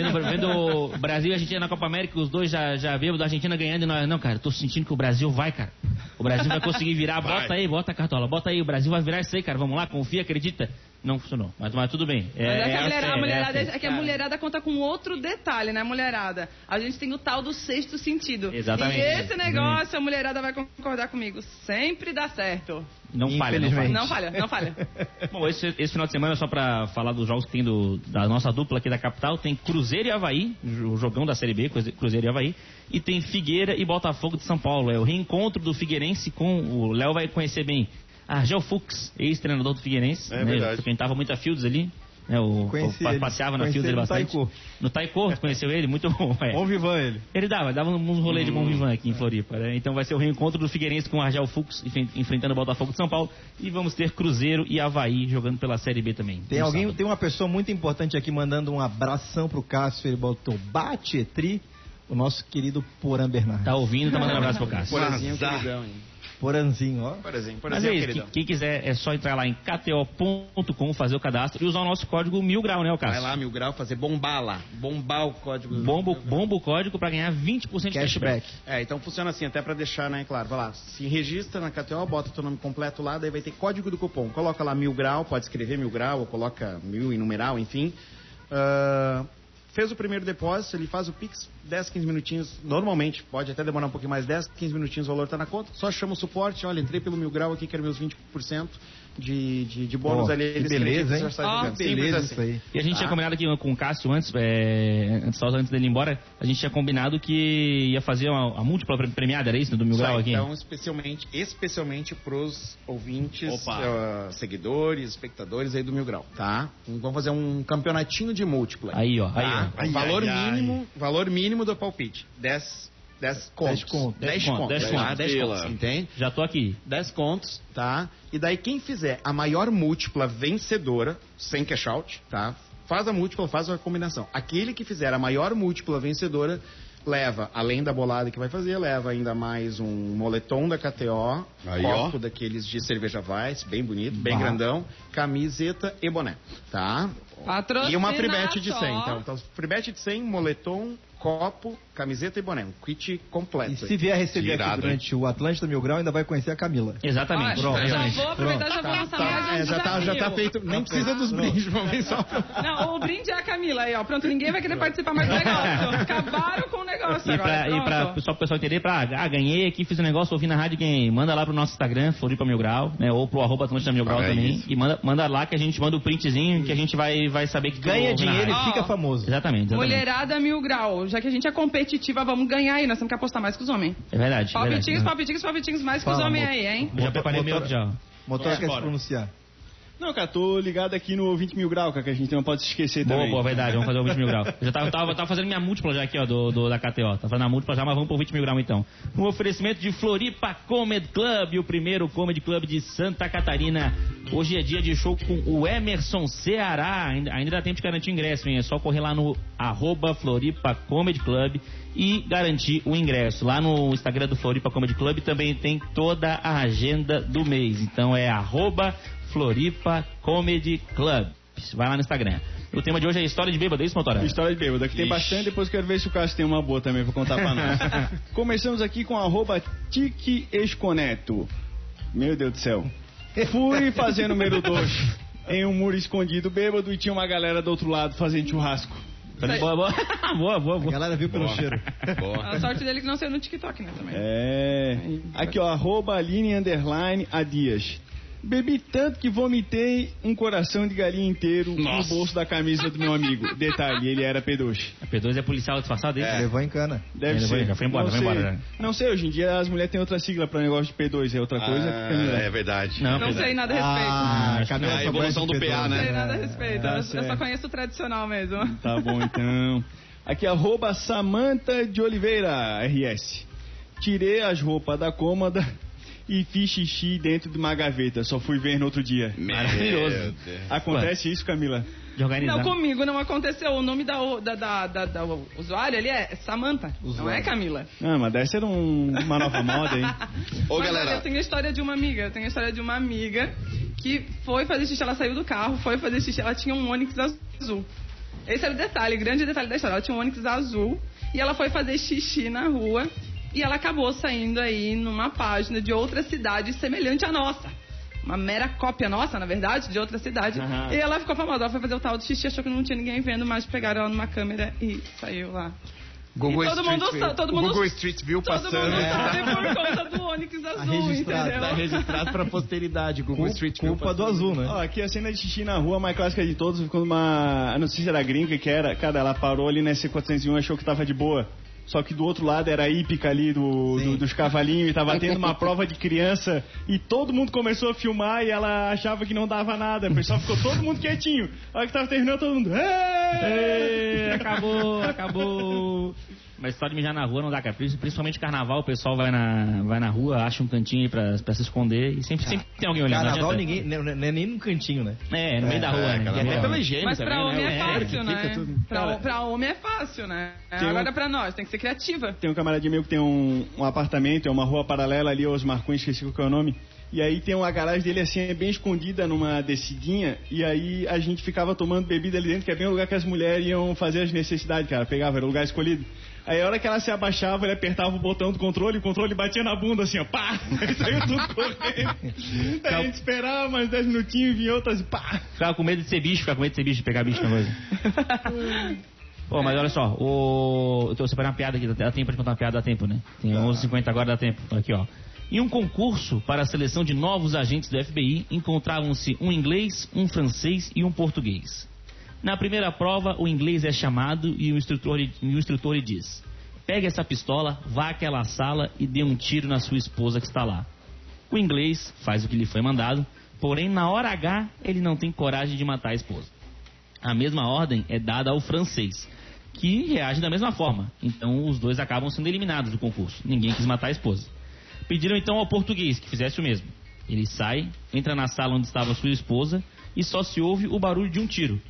Speaker 3: alcoolizados.
Speaker 2: vem do, vem do Brasil e Argentina na Copa América, os dois já, já bêbados, a Argentina ganhando e nós, não, cara, tô sentindo que o Brasil vai, cara. O Brasil vai conseguir virar, bota aí, bota a cartola, bota aí, o Brasil vai virar isso aí, cara, vamos lá, confia, acredita. Não funcionou, mas, mas tudo bem. É,
Speaker 3: Mas é,
Speaker 2: é
Speaker 3: que a
Speaker 2: a fé,
Speaker 3: mulherada, a mulherada,
Speaker 2: é
Speaker 3: é,
Speaker 2: a fé.
Speaker 3: que a mulherada conta com outro detalhe, né, mulherada? A gente tem o tal do sexto sentido.
Speaker 2: Exatamente. Uhum.
Speaker 3: E esse negócio, a mulherada vai concordar comigo, sempre dá certo.
Speaker 2: Não falha, não falha.
Speaker 3: Não falha, não
Speaker 2: *laughs*
Speaker 3: falha.
Speaker 2: Bom, esse, esse final de semana, só pra falar dos jogos que tem do- da nossa dupla aqui da capital, tem Cruzeiro e Havaí, o jogão da Série B, Cruze- Cruzeiro e Havaí, e tem Figueira e Botafogo de São Paulo. É o reencontro do Figueirense com o Léo vai conhecer bem. Argel Fux, ex-treinador do Figueirense,
Speaker 7: É verdade.
Speaker 2: frequentava muito a Fields ali. né? O,
Speaker 5: Conheci
Speaker 2: o-
Speaker 5: ele.
Speaker 2: passeava na
Speaker 5: Conheci
Speaker 2: fila dele
Speaker 5: ele no
Speaker 2: bastante.
Speaker 5: Taiko.
Speaker 2: No Taiko, tu conheceu ele? Muito
Speaker 5: *laughs*
Speaker 2: bom, é.
Speaker 6: Bom vivan ele.
Speaker 2: Ele dava, dava uns rolês de
Speaker 9: Hum.
Speaker 2: bom vivan aqui em Floripa, né? Então vai ser o reencontro do Figueirense com o Argel Fux enfren- enfrentando o Botafogo de São Paulo. E vamos ter Cruzeiro e Havaí jogando pela Série B também.
Speaker 5: Tem
Speaker 2: no
Speaker 5: alguém,
Speaker 2: sábado.
Speaker 5: tem uma pessoa muito importante aqui mandando um abração pro Cássio, ele botou Batetri, o nosso querido Porã Bernardo.
Speaker 2: Tá ouvindo, tá mandando um abraço pro Cássio.
Speaker 9: Porazinho, queridão, hein?
Speaker 5: Poranzinho, ó.
Speaker 9: Porazinho,
Speaker 2: Mas
Speaker 9: porazinho,
Speaker 2: é isso, que-
Speaker 9: queridão.
Speaker 2: quem quiser é só entrar lá em kto.com, fazer o cadastro e usar o nosso código mil grau, né, o
Speaker 7: Vai
Speaker 2: Cássio?
Speaker 7: lá, Mil Grau, fazer bombar lá. Bombar o código. do-
Speaker 2: Bomba, bomba o código pra ganhar 20% de cashback.
Speaker 5: Cashback.
Speaker 9: É, então funciona assim, até pra deixar, né, claro. Vai lá, se registra na KTO, bota teu nome completo lá, daí vai ter código do cupom. Coloca lá mil grau, pode escrever mil grau, ou coloca mil em numeral, enfim. Ah, fez o primeiro depósito, ele faz o Pix, 10, 15 minutinhos, normalmente, pode até demorar um pouquinho mais, 10, 15 minutinhos o valor tá na conta. Só chama o suporte, olha, entrei pelo mil grau aqui, quero meus 20% de, de, de bônus
Speaker 5: Ó,
Speaker 9: ali.
Speaker 5: que
Speaker 9: eles
Speaker 5: beleza, hein?
Speaker 9: acreditam que
Speaker 3: Ó,
Speaker 9: você está jogando. Simples
Speaker 5: Ah, Beleza
Speaker 9: assim.
Speaker 5: isso aí.
Speaker 2: E a gente tinha combinado aqui com o Cássio antes, é, antes, só antes dele ir embora, a gente tinha combinado que ia fazer uma, a múltipla pre- premiada, era isso, né, do Mil
Speaker 9: Isso
Speaker 2: Grau
Speaker 9: aí,
Speaker 2: aqui?
Speaker 9: Então, especialmente, especialmente pros ouvintes, ah, seguidores, espectadores aí do Mil Grau, tá? Vamos fazer um campeonatinho de múltipla.
Speaker 2: Aí, ó, aí,
Speaker 9: tá?
Speaker 2: ó.
Speaker 9: Um valor mínimo, valor mínimo do palpite. 10 10 contos.
Speaker 5: contos.
Speaker 9: 10
Speaker 2: contos,
Speaker 9: contos.
Speaker 2: dez
Speaker 9: 10
Speaker 2: contos.
Speaker 9: contos, dez
Speaker 7: Pila.
Speaker 9: contos, entende?
Speaker 2: Já tô aqui.
Speaker 9: 10 contos, tá? E daí quem fizer a maior múltipla vencedora, sem cash out, tá? Faz a múltipla, faz a combinação. Aquele que fizer a maior múltipla vencedora leva, além da bolada que vai fazer, leva ainda mais um moletom da KTO,
Speaker 7: Aí,
Speaker 9: copo
Speaker 7: ó.
Speaker 9: daqueles de cerveja Weiss, bem bonito, bem grandão, camiseta e boné, tá?
Speaker 3: Patrocina
Speaker 9: E uma freebet de
Speaker 3: só.
Speaker 9: 100, então. Então, freebet de 100, moletom, copo, camiseta e boné. Um kit completo.
Speaker 5: E
Speaker 9: aí.
Speaker 5: se vier receber
Speaker 7: Irado,
Speaker 5: aqui
Speaker 7: hein?
Speaker 5: durante o Atlântida Mil Grau, ainda vai conhecer a Camila.
Speaker 2: Exatamente.
Speaker 3: Ó, já
Speaker 2: exatamente.
Speaker 3: vou aproveitar e já vou lançar mais um
Speaker 9: É, já, tá, já tá
Speaker 3: desafio.
Speaker 9: feito. Nem precisa dos brindes, vamos ver só.
Speaker 3: Não, o brinde é a Camila aí, ó. Pronto, ninguém vai querer participar
Speaker 2: *laughs*
Speaker 3: mais do negócio. Acabaram com o negócio
Speaker 2: E
Speaker 3: agora.
Speaker 2: pra, e pra
Speaker 3: pronto.
Speaker 2: só o pessoal entender, pra, ah, ganhei aqui, fiz um negócio, ouvi na rádio, ganhei. Manda lá pro nosso Instagram, Floripa Mil Grau, né? Ou pro arroba Atlântida Mil Grau
Speaker 7: Ah, é
Speaker 2: também.
Speaker 7: isso.
Speaker 2: E manda, manda lá que a gente manda o printzinho que a gente vai, vai saber que tu ouve
Speaker 5: Ganha
Speaker 2: na
Speaker 5: dinheiro
Speaker 2: rádio.
Speaker 5: e né? fica
Speaker 3: Ó.
Speaker 5: famoso.
Speaker 2: Exatamente, exatamente.
Speaker 3: Mulherada mil grau. Já que a gente é competitiva, vamos ganhar aí. Nós temos que apostar mais que os homens.
Speaker 2: É verdade.
Speaker 3: Palpitinhos,
Speaker 2: verdade.
Speaker 3: palpitinhos, palpitinhos mais que os
Speaker 5: Fala,
Speaker 3: homens
Speaker 5: amor.
Speaker 3: aí, hein?
Speaker 2: Já preparei meu já.
Speaker 5: Motor quer se
Speaker 6: Bora.
Speaker 5: pronunciar.
Speaker 6: Não, cara, tô ligado aqui no 20 mil grau, cara, que a gente não pode se esquecer
Speaker 2: Boa,
Speaker 6: também.
Speaker 2: boa, verdade, vamos fazer o 20 mil grau. Eu já tava, tava, tava fazendo minha múltipla já aqui, ó, do, do- da KTO. Tá fazendo a múltipla já, mas vamos pro 20 mil grau então. Um oferecimento de Floripa Comedy Club, o primeiro comedy club de Santa Catarina. Hoje é dia de show com o Emerson Ceará. Ainda, ainda dá tempo de garantir o ingresso, hein? É só correr lá no arroba Floripa Comedy Club e garantir o ingresso. Lá no Instagram do Floripa Comedy Club também tem toda a agenda do mês. Então é arroba Floripa Comedy Club. Vai lá no Instagram. O tema de hoje é história de bêbado, é isso, Motora?
Speaker 6: História de bêbado, que tem
Speaker 2: Ixi.
Speaker 6: bastante, depois quero ver se o Cássio tem uma boa também pra contar pra nós. Começamos aqui com arroba Tique Esconeto. Meu Deus do céu. Fui fazer número 2 em um muro escondido bêbado e tinha uma galera do outro lado fazendo churrasco.
Speaker 2: Boa, Tá boa. boa, *laughs* boa,
Speaker 5: A
Speaker 2: boa.
Speaker 5: galera viu pelo
Speaker 7: Boa.
Speaker 5: cheiro.
Speaker 7: Boa.
Speaker 3: A sorte dele é que não saiu no TikTok, né, também.
Speaker 6: É. Aqui, ó, arroba Aline Underline a Dias. Bebi tanto que vomitei um coração de galinha inteiro no bolso da camisa do
Speaker 7: *laughs*
Speaker 6: meu amigo. Detalhe, ele era P2.
Speaker 2: A P2 é policial disfarçado, é isso?
Speaker 5: Levou em cana.
Speaker 6: Deve
Speaker 2: Ele
Speaker 6: ser.
Speaker 2: foi- foi embora,
Speaker 6: não
Speaker 2: foi
Speaker 6: sei.
Speaker 2: embora, né?
Speaker 6: Não sei, hoje em dia as mulheres têm outra sigla pra negócio de P2, é outra coisa.
Speaker 7: Ah, é verdade.
Speaker 2: Não,
Speaker 3: Não
Speaker 2: P2.
Speaker 3: sei nada a respeito.
Speaker 5: Ah,
Speaker 7: É a
Speaker 5: Camila só
Speaker 7: evolução do
Speaker 5: conhece
Speaker 7: PA,
Speaker 5: P2,
Speaker 3: Não sei
Speaker 7: né?
Speaker 3: nada a respeito.
Speaker 6: Tá
Speaker 3: Eu- eu só
Speaker 6: certo.
Speaker 3: conheço o tradicional mesmo.
Speaker 6: Tá bom, então. Aqui, arroba Samanta de Oliveira, RS. Tirei as roupas da cômoda e fiz xixi dentro de uma gaveta. Só fui ver no outro dia.
Speaker 7: Meu
Speaker 6: Maravilhoso.
Speaker 7: Deus.
Speaker 6: Acontece isso, Camila?
Speaker 2: De organizar.
Speaker 3: Não, comigo não aconteceu. O nome da, o- da, da, da, da usuária ali é Samantha. Não é Camila.
Speaker 6: Ah, mas deve ser um- uma nova moda, hein?
Speaker 7: Ô,
Speaker 3: Mas,
Speaker 7: galera.
Speaker 3: olha, eu tenho a história de uma amiga. Eu tenho a história de uma amiga que foi fazer xixi. Ela saiu do carro, foi fazer xixi. Ela tinha um Onix azul. Esse era o detalhe, grande detalhe da história. Ela tinha um Onix azul e ela foi fazer xixi na rua. E ela acabou saindo aí numa página de outra cidade semelhante à nossa. Uma mera cópia nossa, na verdade, de outra cidade. E ela ficou famosa. Ela foi fazer o tal de xixi, achou que não tinha ninguém vendo, mas pegaram ela numa câmera e saiu lá.
Speaker 9: Google
Speaker 3: E todo
Speaker 9: Street
Speaker 3: mundo
Speaker 9: View.
Speaker 3: sa- todo
Speaker 9: O
Speaker 3: mundo-
Speaker 9: Google Street View
Speaker 3: Todo
Speaker 9: passando.
Speaker 3: mundo né? sabe por conta do Onix azul,
Speaker 5: registrado,
Speaker 3: entendeu?
Speaker 9: Tá registrado pra posteridade. Google Street View.
Speaker 5: Culpa do azul, né?
Speaker 6: Ó, aqui a cena de xixi na rua, a mais clássica de todos, quando uma. eu Não sei se era gringa que era. Cara, ela parou ali na C401 achou que um, tava de boa. só que do outro lado era a hípica ali do, do- dos cavalinhos e tava tendo uma prova de criança e todo mundo começou a filmar e ela achava que não dava nada. O pessoal ficou todo mundo quietinho. A hora que tava terminando, todo mundo. "Ê!"
Speaker 2: Ê, acabou, acabou. Mas só de mijar na rua não dá, cara. Pri- Principalmente carnaval, o pessoal vai na, vai na rua, acha um cantinho aí pra, pra se esconder e sempre, sempre
Speaker 3: Ah,
Speaker 2: tem alguém olhando. não
Speaker 5: Carnaval
Speaker 2: adianta.
Speaker 5: ninguém, nem, nem, nem num cantinho, né?
Speaker 2: É, no meio da rua, né? No meio da rua.
Speaker 10: higiene
Speaker 3: Mas pra homem é, fácil, né? Pra,
Speaker 6: Cara.
Speaker 3: pra homem é fácil, né?
Speaker 6: um-
Speaker 3: Agora pra nós, tem que ser criativa.
Speaker 6: Tem um camaradinho meu que tem um, um apartamento, é uma rua paralela ali aos Marcões, esqueci qual que é o nome. E aí tem uma garagem dele assim, é bem escondida numa descidinha, e aí a gente ficava tomando bebida ali dentro, que é bem o lugar que as mulheres iam fazer as necessidades, cara. Pegava, era o lugar escolhido. Aí a hora que ela se abaixava, ele apertava o botão do controle, o controle batia na bunda assim, ó, pá! *laughs* Aí saiu tudo correndo. Aí a gente esperava mais 10 minutinhos, vinha outras e pá!
Speaker 2: Ficava com medo de ser bicho, ficava com medo de ser bicho, de pegar bicho na coisa. Pô, mas olha só, o... eu tô separando uma piada aqui, dá tempo de contar uma piada, dá tempo, né? Tem 11h50 agora, dá tempo. Aqui, ó. Em um concurso para a seleção de novos agentes do FBI, encontravam-se um inglês, um francês e um português. Na primeira prova, o inglês é chamado e o instrutor, lhe- e o instrutor lhe diz: Pegue essa pistola, vá àquela sala e dê um tiro na sua esposa que está lá. O inglês faz o que lhe foi mandado, porém, na hora H, ele não tem coragem de matar a esposa. A mesma ordem é dada ao francês, que reage da mesma forma. Então, os dois acabam sendo eliminados do concurso. Ninguém quis matar a esposa. Pediram então ao português que fizesse o mesmo. Ele sai, entra na sala onde estava sua esposa e só se ouve o barulho de um tiro.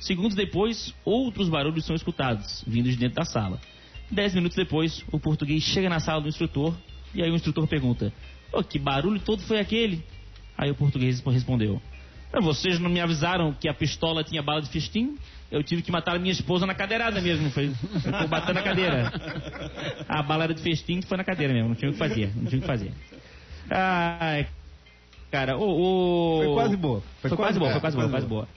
Speaker 2: Segundos depois, outros barulhos são escutados, vindos de dentro da sala. Dez minutos depois, o português chega na sala do instrutor e aí o instrutor pergunta: Ô, que barulho todo foi aquele? Aí o português respondeu: "Ah, Vocês não me avisaram que a pistola tinha bala de festim? Eu tive que matar a minha esposa na cadeirada mesmo. Foi, ficou batendo na cadeira. A bala era de festim foi na cadeira mesmo. Não tinha o que fazer. Não tinha o que fazer. Ai, cara, o. o-
Speaker 5: Foi quase boa.
Speaker 2: Foi, quase, boa, foi quase boa, quase boa.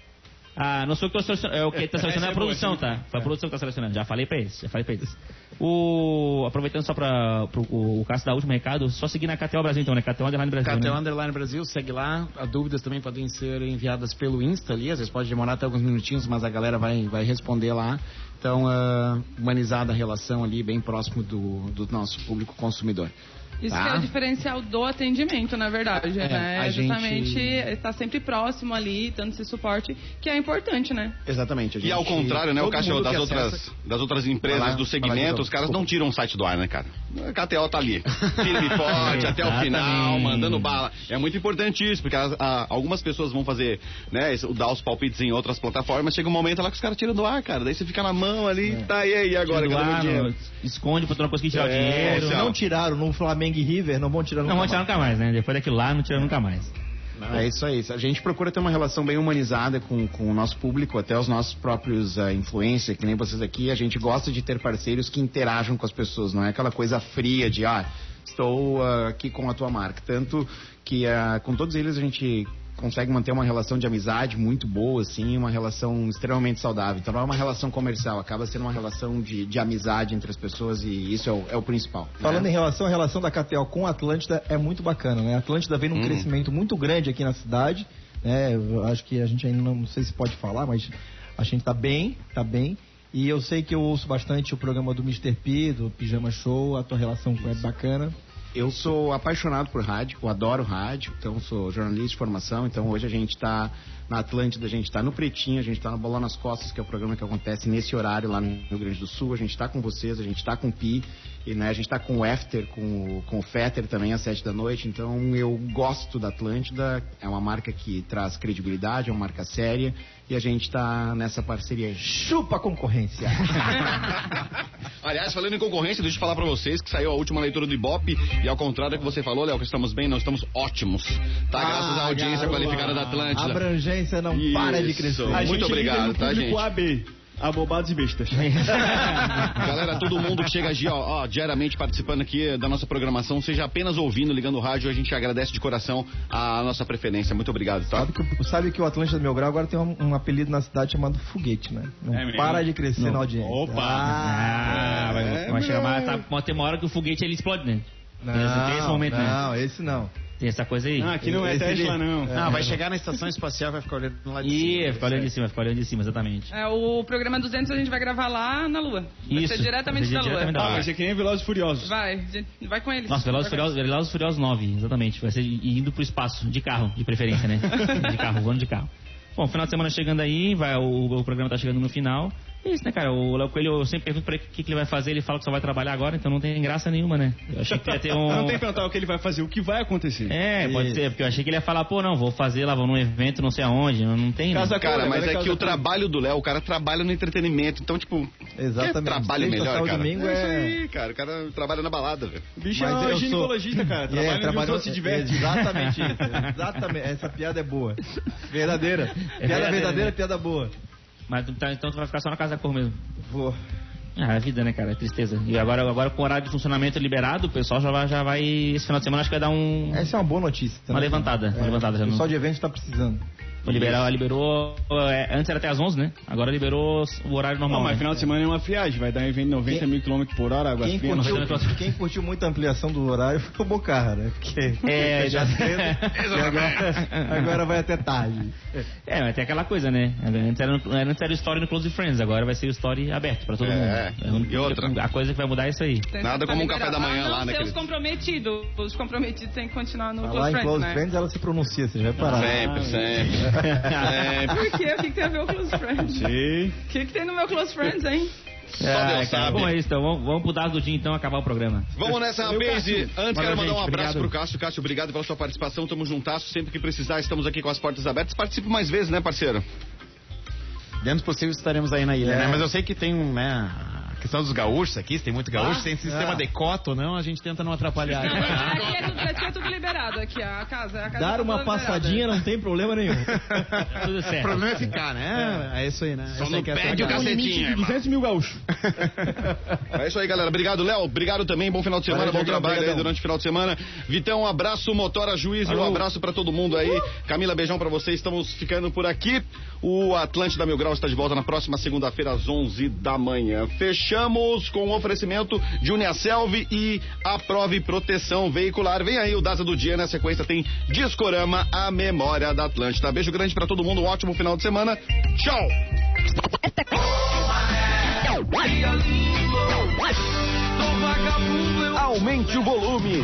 Speaker 2: Ah, não sou eu que tô selecionando. É o que tá selecionando é a produção, tá? Foi a produção que tá selecionando. Já falei pra eles, já falei pra eles. O. Aproveitando só pra. Pro, o, o Cássio dar o último recado, só seguir na KTO Brasil então, né? KTO Underline Brasil.
Speaker 10: KTO
Speaker 2: né?
Speaker 10: é Underline Brasil, segue lá. As dúvidas também podem ser enviadas pelo Insta ali. Às vezes pode demorar até alguns minutinhos, mas a galera vai, vai responder lá. Então, ah, humanizada a relação ali, bem próximo do, do nosso público consumidor.
Speaker 3: Isso
Speaker 10: Tá.
Speaker 2: Ah.
Speaker 3: que é o diferencial do atendimento, na verdade,
Speaker 10: É,
Speaker 3: né?
Speaker 10: a gente-
Speaker 3: Justamente estar sempre próximo ali, dando esse suporte, que é importante, né?
Speaker 10: Exatamente. a
Speaker 1: E ao
Speaker 10: gente-
Speaker 1: contrário, né, o
Speaker 10: todo
Speaker 1: Caixa
Speaker 10: mundo
Speaker 1: das
Speaker 10: que
Speaker 1: outras,
Speaker 10: acessa-
Speaker 1: das outras empresas
Speaker 10: Vai lá, vai
Speaker 1: do
Speaker 10: lá,
Speaker 1: segmento,
Speaker 10: Guido.
Speaker 1: os caras não tiram o site do ar, né, cara? A KTO tá ali, firme e forte, até o final,
Speaker 2: Exatamente.
Speaker 1: mandando bala. É muito importante isso, porque elas- ah, algumas pessoas vão fazer, né, isso, dar os palpites em outras plataformas, chega um momento lá que os caras tiram do ar, cara. Daí você fica na mão ali, tá e aí agora,
Speaker 2: Tira do
Speaker 1: cadê meu
Speaker 2: ar,
Speaker 1: dinheiro?
Speaker 2: não- esconde pra tu não conseguir tirar o
Speaker 1: É,
Speaker 2: dinheiro.
Speaker 1: se
Speaker 5: Se
Speaker 1: Tchau.
Speaker 5: não tiraram no Flamengo e River, não vão tirar no
Speaker 2: Não vão tirar nunca mais, né? Depois daquilo lá, não tira nunca mais.
Speaker 10: É isso aí. A gente procura ter uma relação bem humanizada com, com o nosso público, até os nossos próprios ah, influencers, que nem vocês aqui. A gente gosta de ter parceiros que interajam com as pessoas, não é aquela coisa fria de, ah, estou ah, aqui com a tua marca. Tanto que ah, com todos eles a gente consegue manter uma relação de amizade muito boa, assim, uma relação extremamente saudável. Então não é uma relação comercial, acaba sendo uma relação de, de amizade entre as pessoas e isso é o, é o principal. né?
Speaker 5: Falando em relação, a relação da KTO com a Atlântida é muito bacana, né? A Atlântida
Speaker 1: Hum.
Speaker 5: vem num crescimento muito grande aqui na cidade, né? Eu acho que a gente ainda não, não sei se pode falar, mas a gente tá bem, tá bem. E eu sei que eu ouço bastante o programa do Mr. P, do Pijama Show, a tua relação é bacana.
Speaker 10: Eu sou apaixonado por rádio, eu adoro rádio, então sou jornalista de formação, então hoje a gente está na Atlântida, a gente está no Pretinho, a gente está no Bola nas Costas, que é o programa que acontece nesse horário lá no Rio Grande do Sul, a gente está com vocês, a gente está com o Pi, e, né, a gente está com o Efter, com, o- com o Fetter também às sete da noite, então eu gosto da Atlântida, é uma marca que traz credibilidade, é uma marca séria, e a gente está nessa parceria.
Speaker 5: Chupa a concorrência!
Speaker 1: Aliás, falando em concorrência, deixa eu falar pra vocês que saiu a última leitura do Ibope e ao contrário do que você falou, Léo, que estamos bem, nós estamos ótimos. Tá? Graças à audiência
Speaker 5: garoto.
Speaker 1: qualificada da
Speaker 5: A
Speaker 1: Atlântida.
Speaker 5: abrangência não para de crescer.
Speaker 1: Isso. Muito obrigado, tá, gente?
Speaker 6: O AB, abobados e bestas.
Speaker 1: Galera, todo mundo que chega aqui, ó, ó, diariamente participando aqui da nossa programação, seja apenas ouvindo, ligando o rádio, a gente agradece de coração a nossa preferência. Muito obrigado, tá?
Speaker 5: Sabe que, o- sabe que o Atlântida do Meu Grau agora tem um, um apelido na cidade chamado Foguete, né? Não
Speaker 6: É mesmo?
Speaker 5: para de crescer na audiência.
Speaker 6: Opa!
Speaker 2: Ah, vai, vai chegar mais. Tá, pode ter uma hora que o foguete ele explode, né? Tem esse- tem esse momento, né?
Speaker 5: não, esse não.
Speaker 2: Tem essa coisa aí?
Speaker 6: Ah, aqui não é Tesla, não.
Speaker 2: Ah,
Speaker 9: Não, vai chegar na estação espacial, vai ficar olhando lá de
Speaker 2: Ih,
Speaker 9: cima.
Speaker 2: vai ficar olhando de cima, ficar olhando de cima, exatamente.
Speaker 3: É, o programa 200 a gente vai gravar lá na Lua. Vai
Speaker 2: Isso,
Speaker 3: ser diretamente
Speaker 2: vai
Speaker 3: da
Speaker 2: ser
Speaker 3: Lua.
Speaker 2: diretamente da
Speaker 6: Ah,
Speaker 2: Lua.
Speaker 6: mas é que nem Velozes e Furiosos.
Speaker 3: Vai, a gente vai com ele.
Speaker 2: Nossa, Velozes e Furiosos, Velozes e Furiosos 9, exatamente. Vai ser i- indo pro espaço, de carro, de preferência,
Speaker 6: *laughs*
Speaker 2: né? De carro, voando de carro. Bom, final de semana chegando aí, vai, o, o programa tá chegando no final. É isso, né, cara? O Léo Coelho, eu sempre pergunto pra ele o que, que ele vai fazer, ele fala que só vai trabalhar agora, então não tem graça nenhuma, né? Eu achei que ia
Speaker 6: *laughs*
Speaker 2: ter um...
Speaker 6: Não tem que perguntar o que ele vai fazer, o que vai acontecer.
Speaker 2: É, pode ser, porque eu achei que ele ia falar, pô, não, vou fazer lá, vou num evento, não sei aonde, não, não tem... né?
Speaker 6: Casa
Speaker 1: Cara, mas
Speaker 6: Cor, agora
Speaker 1: é que
Speaker 6: Casa
Speaker 1: o
Speaker 6: Cor.
Speaker 1: trabalho do Léo, o cara trabalha no entretenimento, então, tipo,
Speaker 5: Exatamente.
Speaker 1: trabalho
Speaker 5: Sexta,
Speaker 1: melhor,
Speaker 5: sábado,
Speaker 1: cara.
Speaker 5: domingo
Speaker 1: é isso
Speaker 5: é-
Speaker 1: aí, cara. O cara trabalha na balada, velho.
Speaker 6: O bicho
Speaker 5: Mas
Speaker 6: é
Speaker 5: eu
Speaker 6: um
Speaker 5: sou-
Speaker 6: ginecologista,
Speaker 5: *laughs*
Speaker 6: cara.
Speaker 5: É,
Speaker 6: Trabalha no
Speaker 5: trabalhou-
Speaker 6: outro se diverte.
Speaker 5: Exatamente isso. Exatamente. Essa piada é boa. Verdadeira. piada
Speaker 2: É verdadeira,
Speaker 5: verdadeira,
Speaker 2: né?
Speaker 5: piada boa.
Speaker 2: Mas tu tá- então tu vai ficar só na Casa da Cor mesmo.
Speaker 5: Vou.
Speaker 2: Ah, a vida, né, cara? É tristeza. E agora, agora com o horário de funcionamento liberado, o pessoal já vai, já vai. Esse final de semana acho que vai dar um.
Speaker 5: Essa é uma boa notícia. É.
Speaker 2: Uma levantada, uma levantada, já
Speaker 5: O
Speaker 2: não-
Speaker 5: pessoal de evento tá precisando.
Speaker 2: liberar, liberou. é, antes era até às 11, né? Agora liberou o horário normal.
Speaker 6: Não, mas
Speaker 2: né?
Speaker 6: final de semana é uma friagem. Vai dar em 90 mil quilômetros por hora, água
Speaker 5: Quem
Speaker 6: fria.
Speaker 5: curtiu,
Speaker 2: não vai ter
Speaker 5: *laughs* quem curtiu muito a ampliação do horário foi o Bocarra, né? Porque *laughs*
Speaker 2: É, já. *laughs*
Speaker 5: agora vai até tarde.
Speaker 2: É, mas tem aquela coisa, né? Antes era, no- antes era o story no Close Friends, agora vai ser o story aberto pra todo
Speaker 1: É,
Speaker 2: mundo.
Speaker 1: e outra?
Speaker 2: A coisa que vai mudar é isso aí.
Speaker 3: Tem-
Speaker 1: Nada
Speaker 3: tá
Speaker 1: como um café
Speaker 3: liberado.
Speaker 1: da manhã
Speaker 3: ah, não,
Speaker 1: lá, Tá né,
Speaker 3: ser os
Speaker 1: querido?
Speaker 3: comprometidos. Os comprometidos têm que continuar no
Speaker 5: Falar
Speaker 3: Close
Speaker 5: em
Speaker 3: Friends,
Speaker 5: Close
Speaker 3: né?
Speaker 5: Friends, ela se pronuncia, vocês já
Speaker 6: né?
Speaker 1: Sempre,
Speaker 5: pararam.
Speaker 6: *laughs*
Speaker 1: sempre. *laughs* sempre.
Speaker 3: Por quê? O que, que tem a ver o Close
Speaker 1: *laughs*
Speaker 3: Friends?
Speaker 6: Sim.
Speaker 3: O que, que tem no meu Close Friends, hein?
Speaker 1: Só
Speaker 2: Ah,
Speaker 1: Deus
Speaker 2: cara,
Speaker 1: sabe.
Speaker 2: Bom, é isso, então. Vamos, vamos mudar do dia então acabar o programa.
Speaker 1: Vamos nessa, Base. Antes,
Speaker 2: Valeu,
Speaker 1: quero mandar um
Speaker 2: gente,
Speaker 1: abraço
Speaker 2: obrigado.
Speaker 1: pro Cássio. Cássio, obrigado pela sua participação. Tamo juntasso. Sempre que precisar, estamos aqui com as portas abertas. Participe mais vezes, né, parceiro?
Speaker 9: Dentro do possível estaremos aí na ilha,
Speaker 5: É.
Speaker 9: né? Mas eu sei que tem um, né? A questão dos gaúchos aqui, se tem muito gaúcho, tem
Speaker 1: Ah.
Speaker 9: sistema de cota ou não, a gente tenta não atrapalhar.
Speaker 3: Não, aqui, é tudo, aqui é tudo liberado, aqui, a casa. A casa
Speaker 5: Dar
Speaker 3: tá
Speaker 5: uma
Speaker 3: toda liberada.
Speaker 5: passadinha não tem problema nenhum.
Speaker 2: Tá tudo
Speaker 9: O
Speaker 2: certo.
Speaker 9: problema é ficar, né? É, isso aí, né?
Speaker 1: Só não perde o
Speaker 6: Tem um limite de
Speaker 1: cacetinho.
Speaker 6: 200 mil gaúchos.
Speaker 1: É isso aí, galera. Obrigado, Léo. Obrigado também. Bom final de semana.
Speaker 5: Valeu,
Speaker 1: bom
Speaker 5: Diogão.
Speaker 1: trabalho aí
Speaker 5: Obrigadão.
Speaker 1: durante o final de semana. Vitão, um abraço. Motora Juiz, um abraço pra todo mundo aí. Camila, beijão pra vocês. Estamos ficando por aqui. O Atlântida Mil Grau está de volta na próxima segunda-feira, às 11 da manhã. Fechamos com o oferecimento de Uniaselv e Aprove Proteção Veicular. Vem aí o Daza do Dia. Na sequência tem Discorama, a memória da Atlântida. Beijo grande pra todo mundo. Um ótimo final de semana. Tchau! Aumente o volume.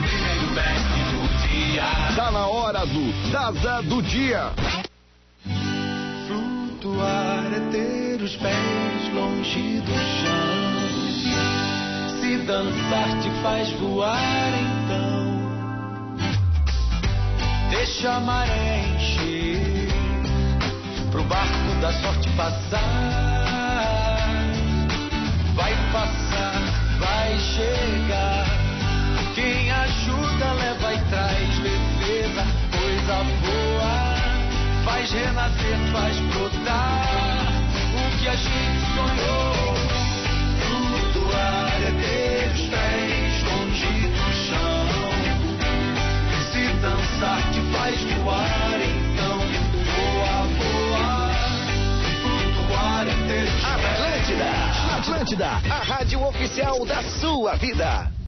Speaker 1: Tá na hora do Daza do Dia.
Speaker 11: Flutuar é ter os pés longe do chão. Se dançar te faz voar, então deixa a maré encher pro barco da sorte passar. Vai passar, vai chegar. Quem ajuda leva e traz leveza, coisa boa. Faz renascer, faz brotar o que a gente sonhou. Flutuar é ter os pés longe do chão. Se dançar te faz voar, então voa, voa. Flutuar é ter os pés
Speaker 12: Atlântida, a rádio oficial da sua vida.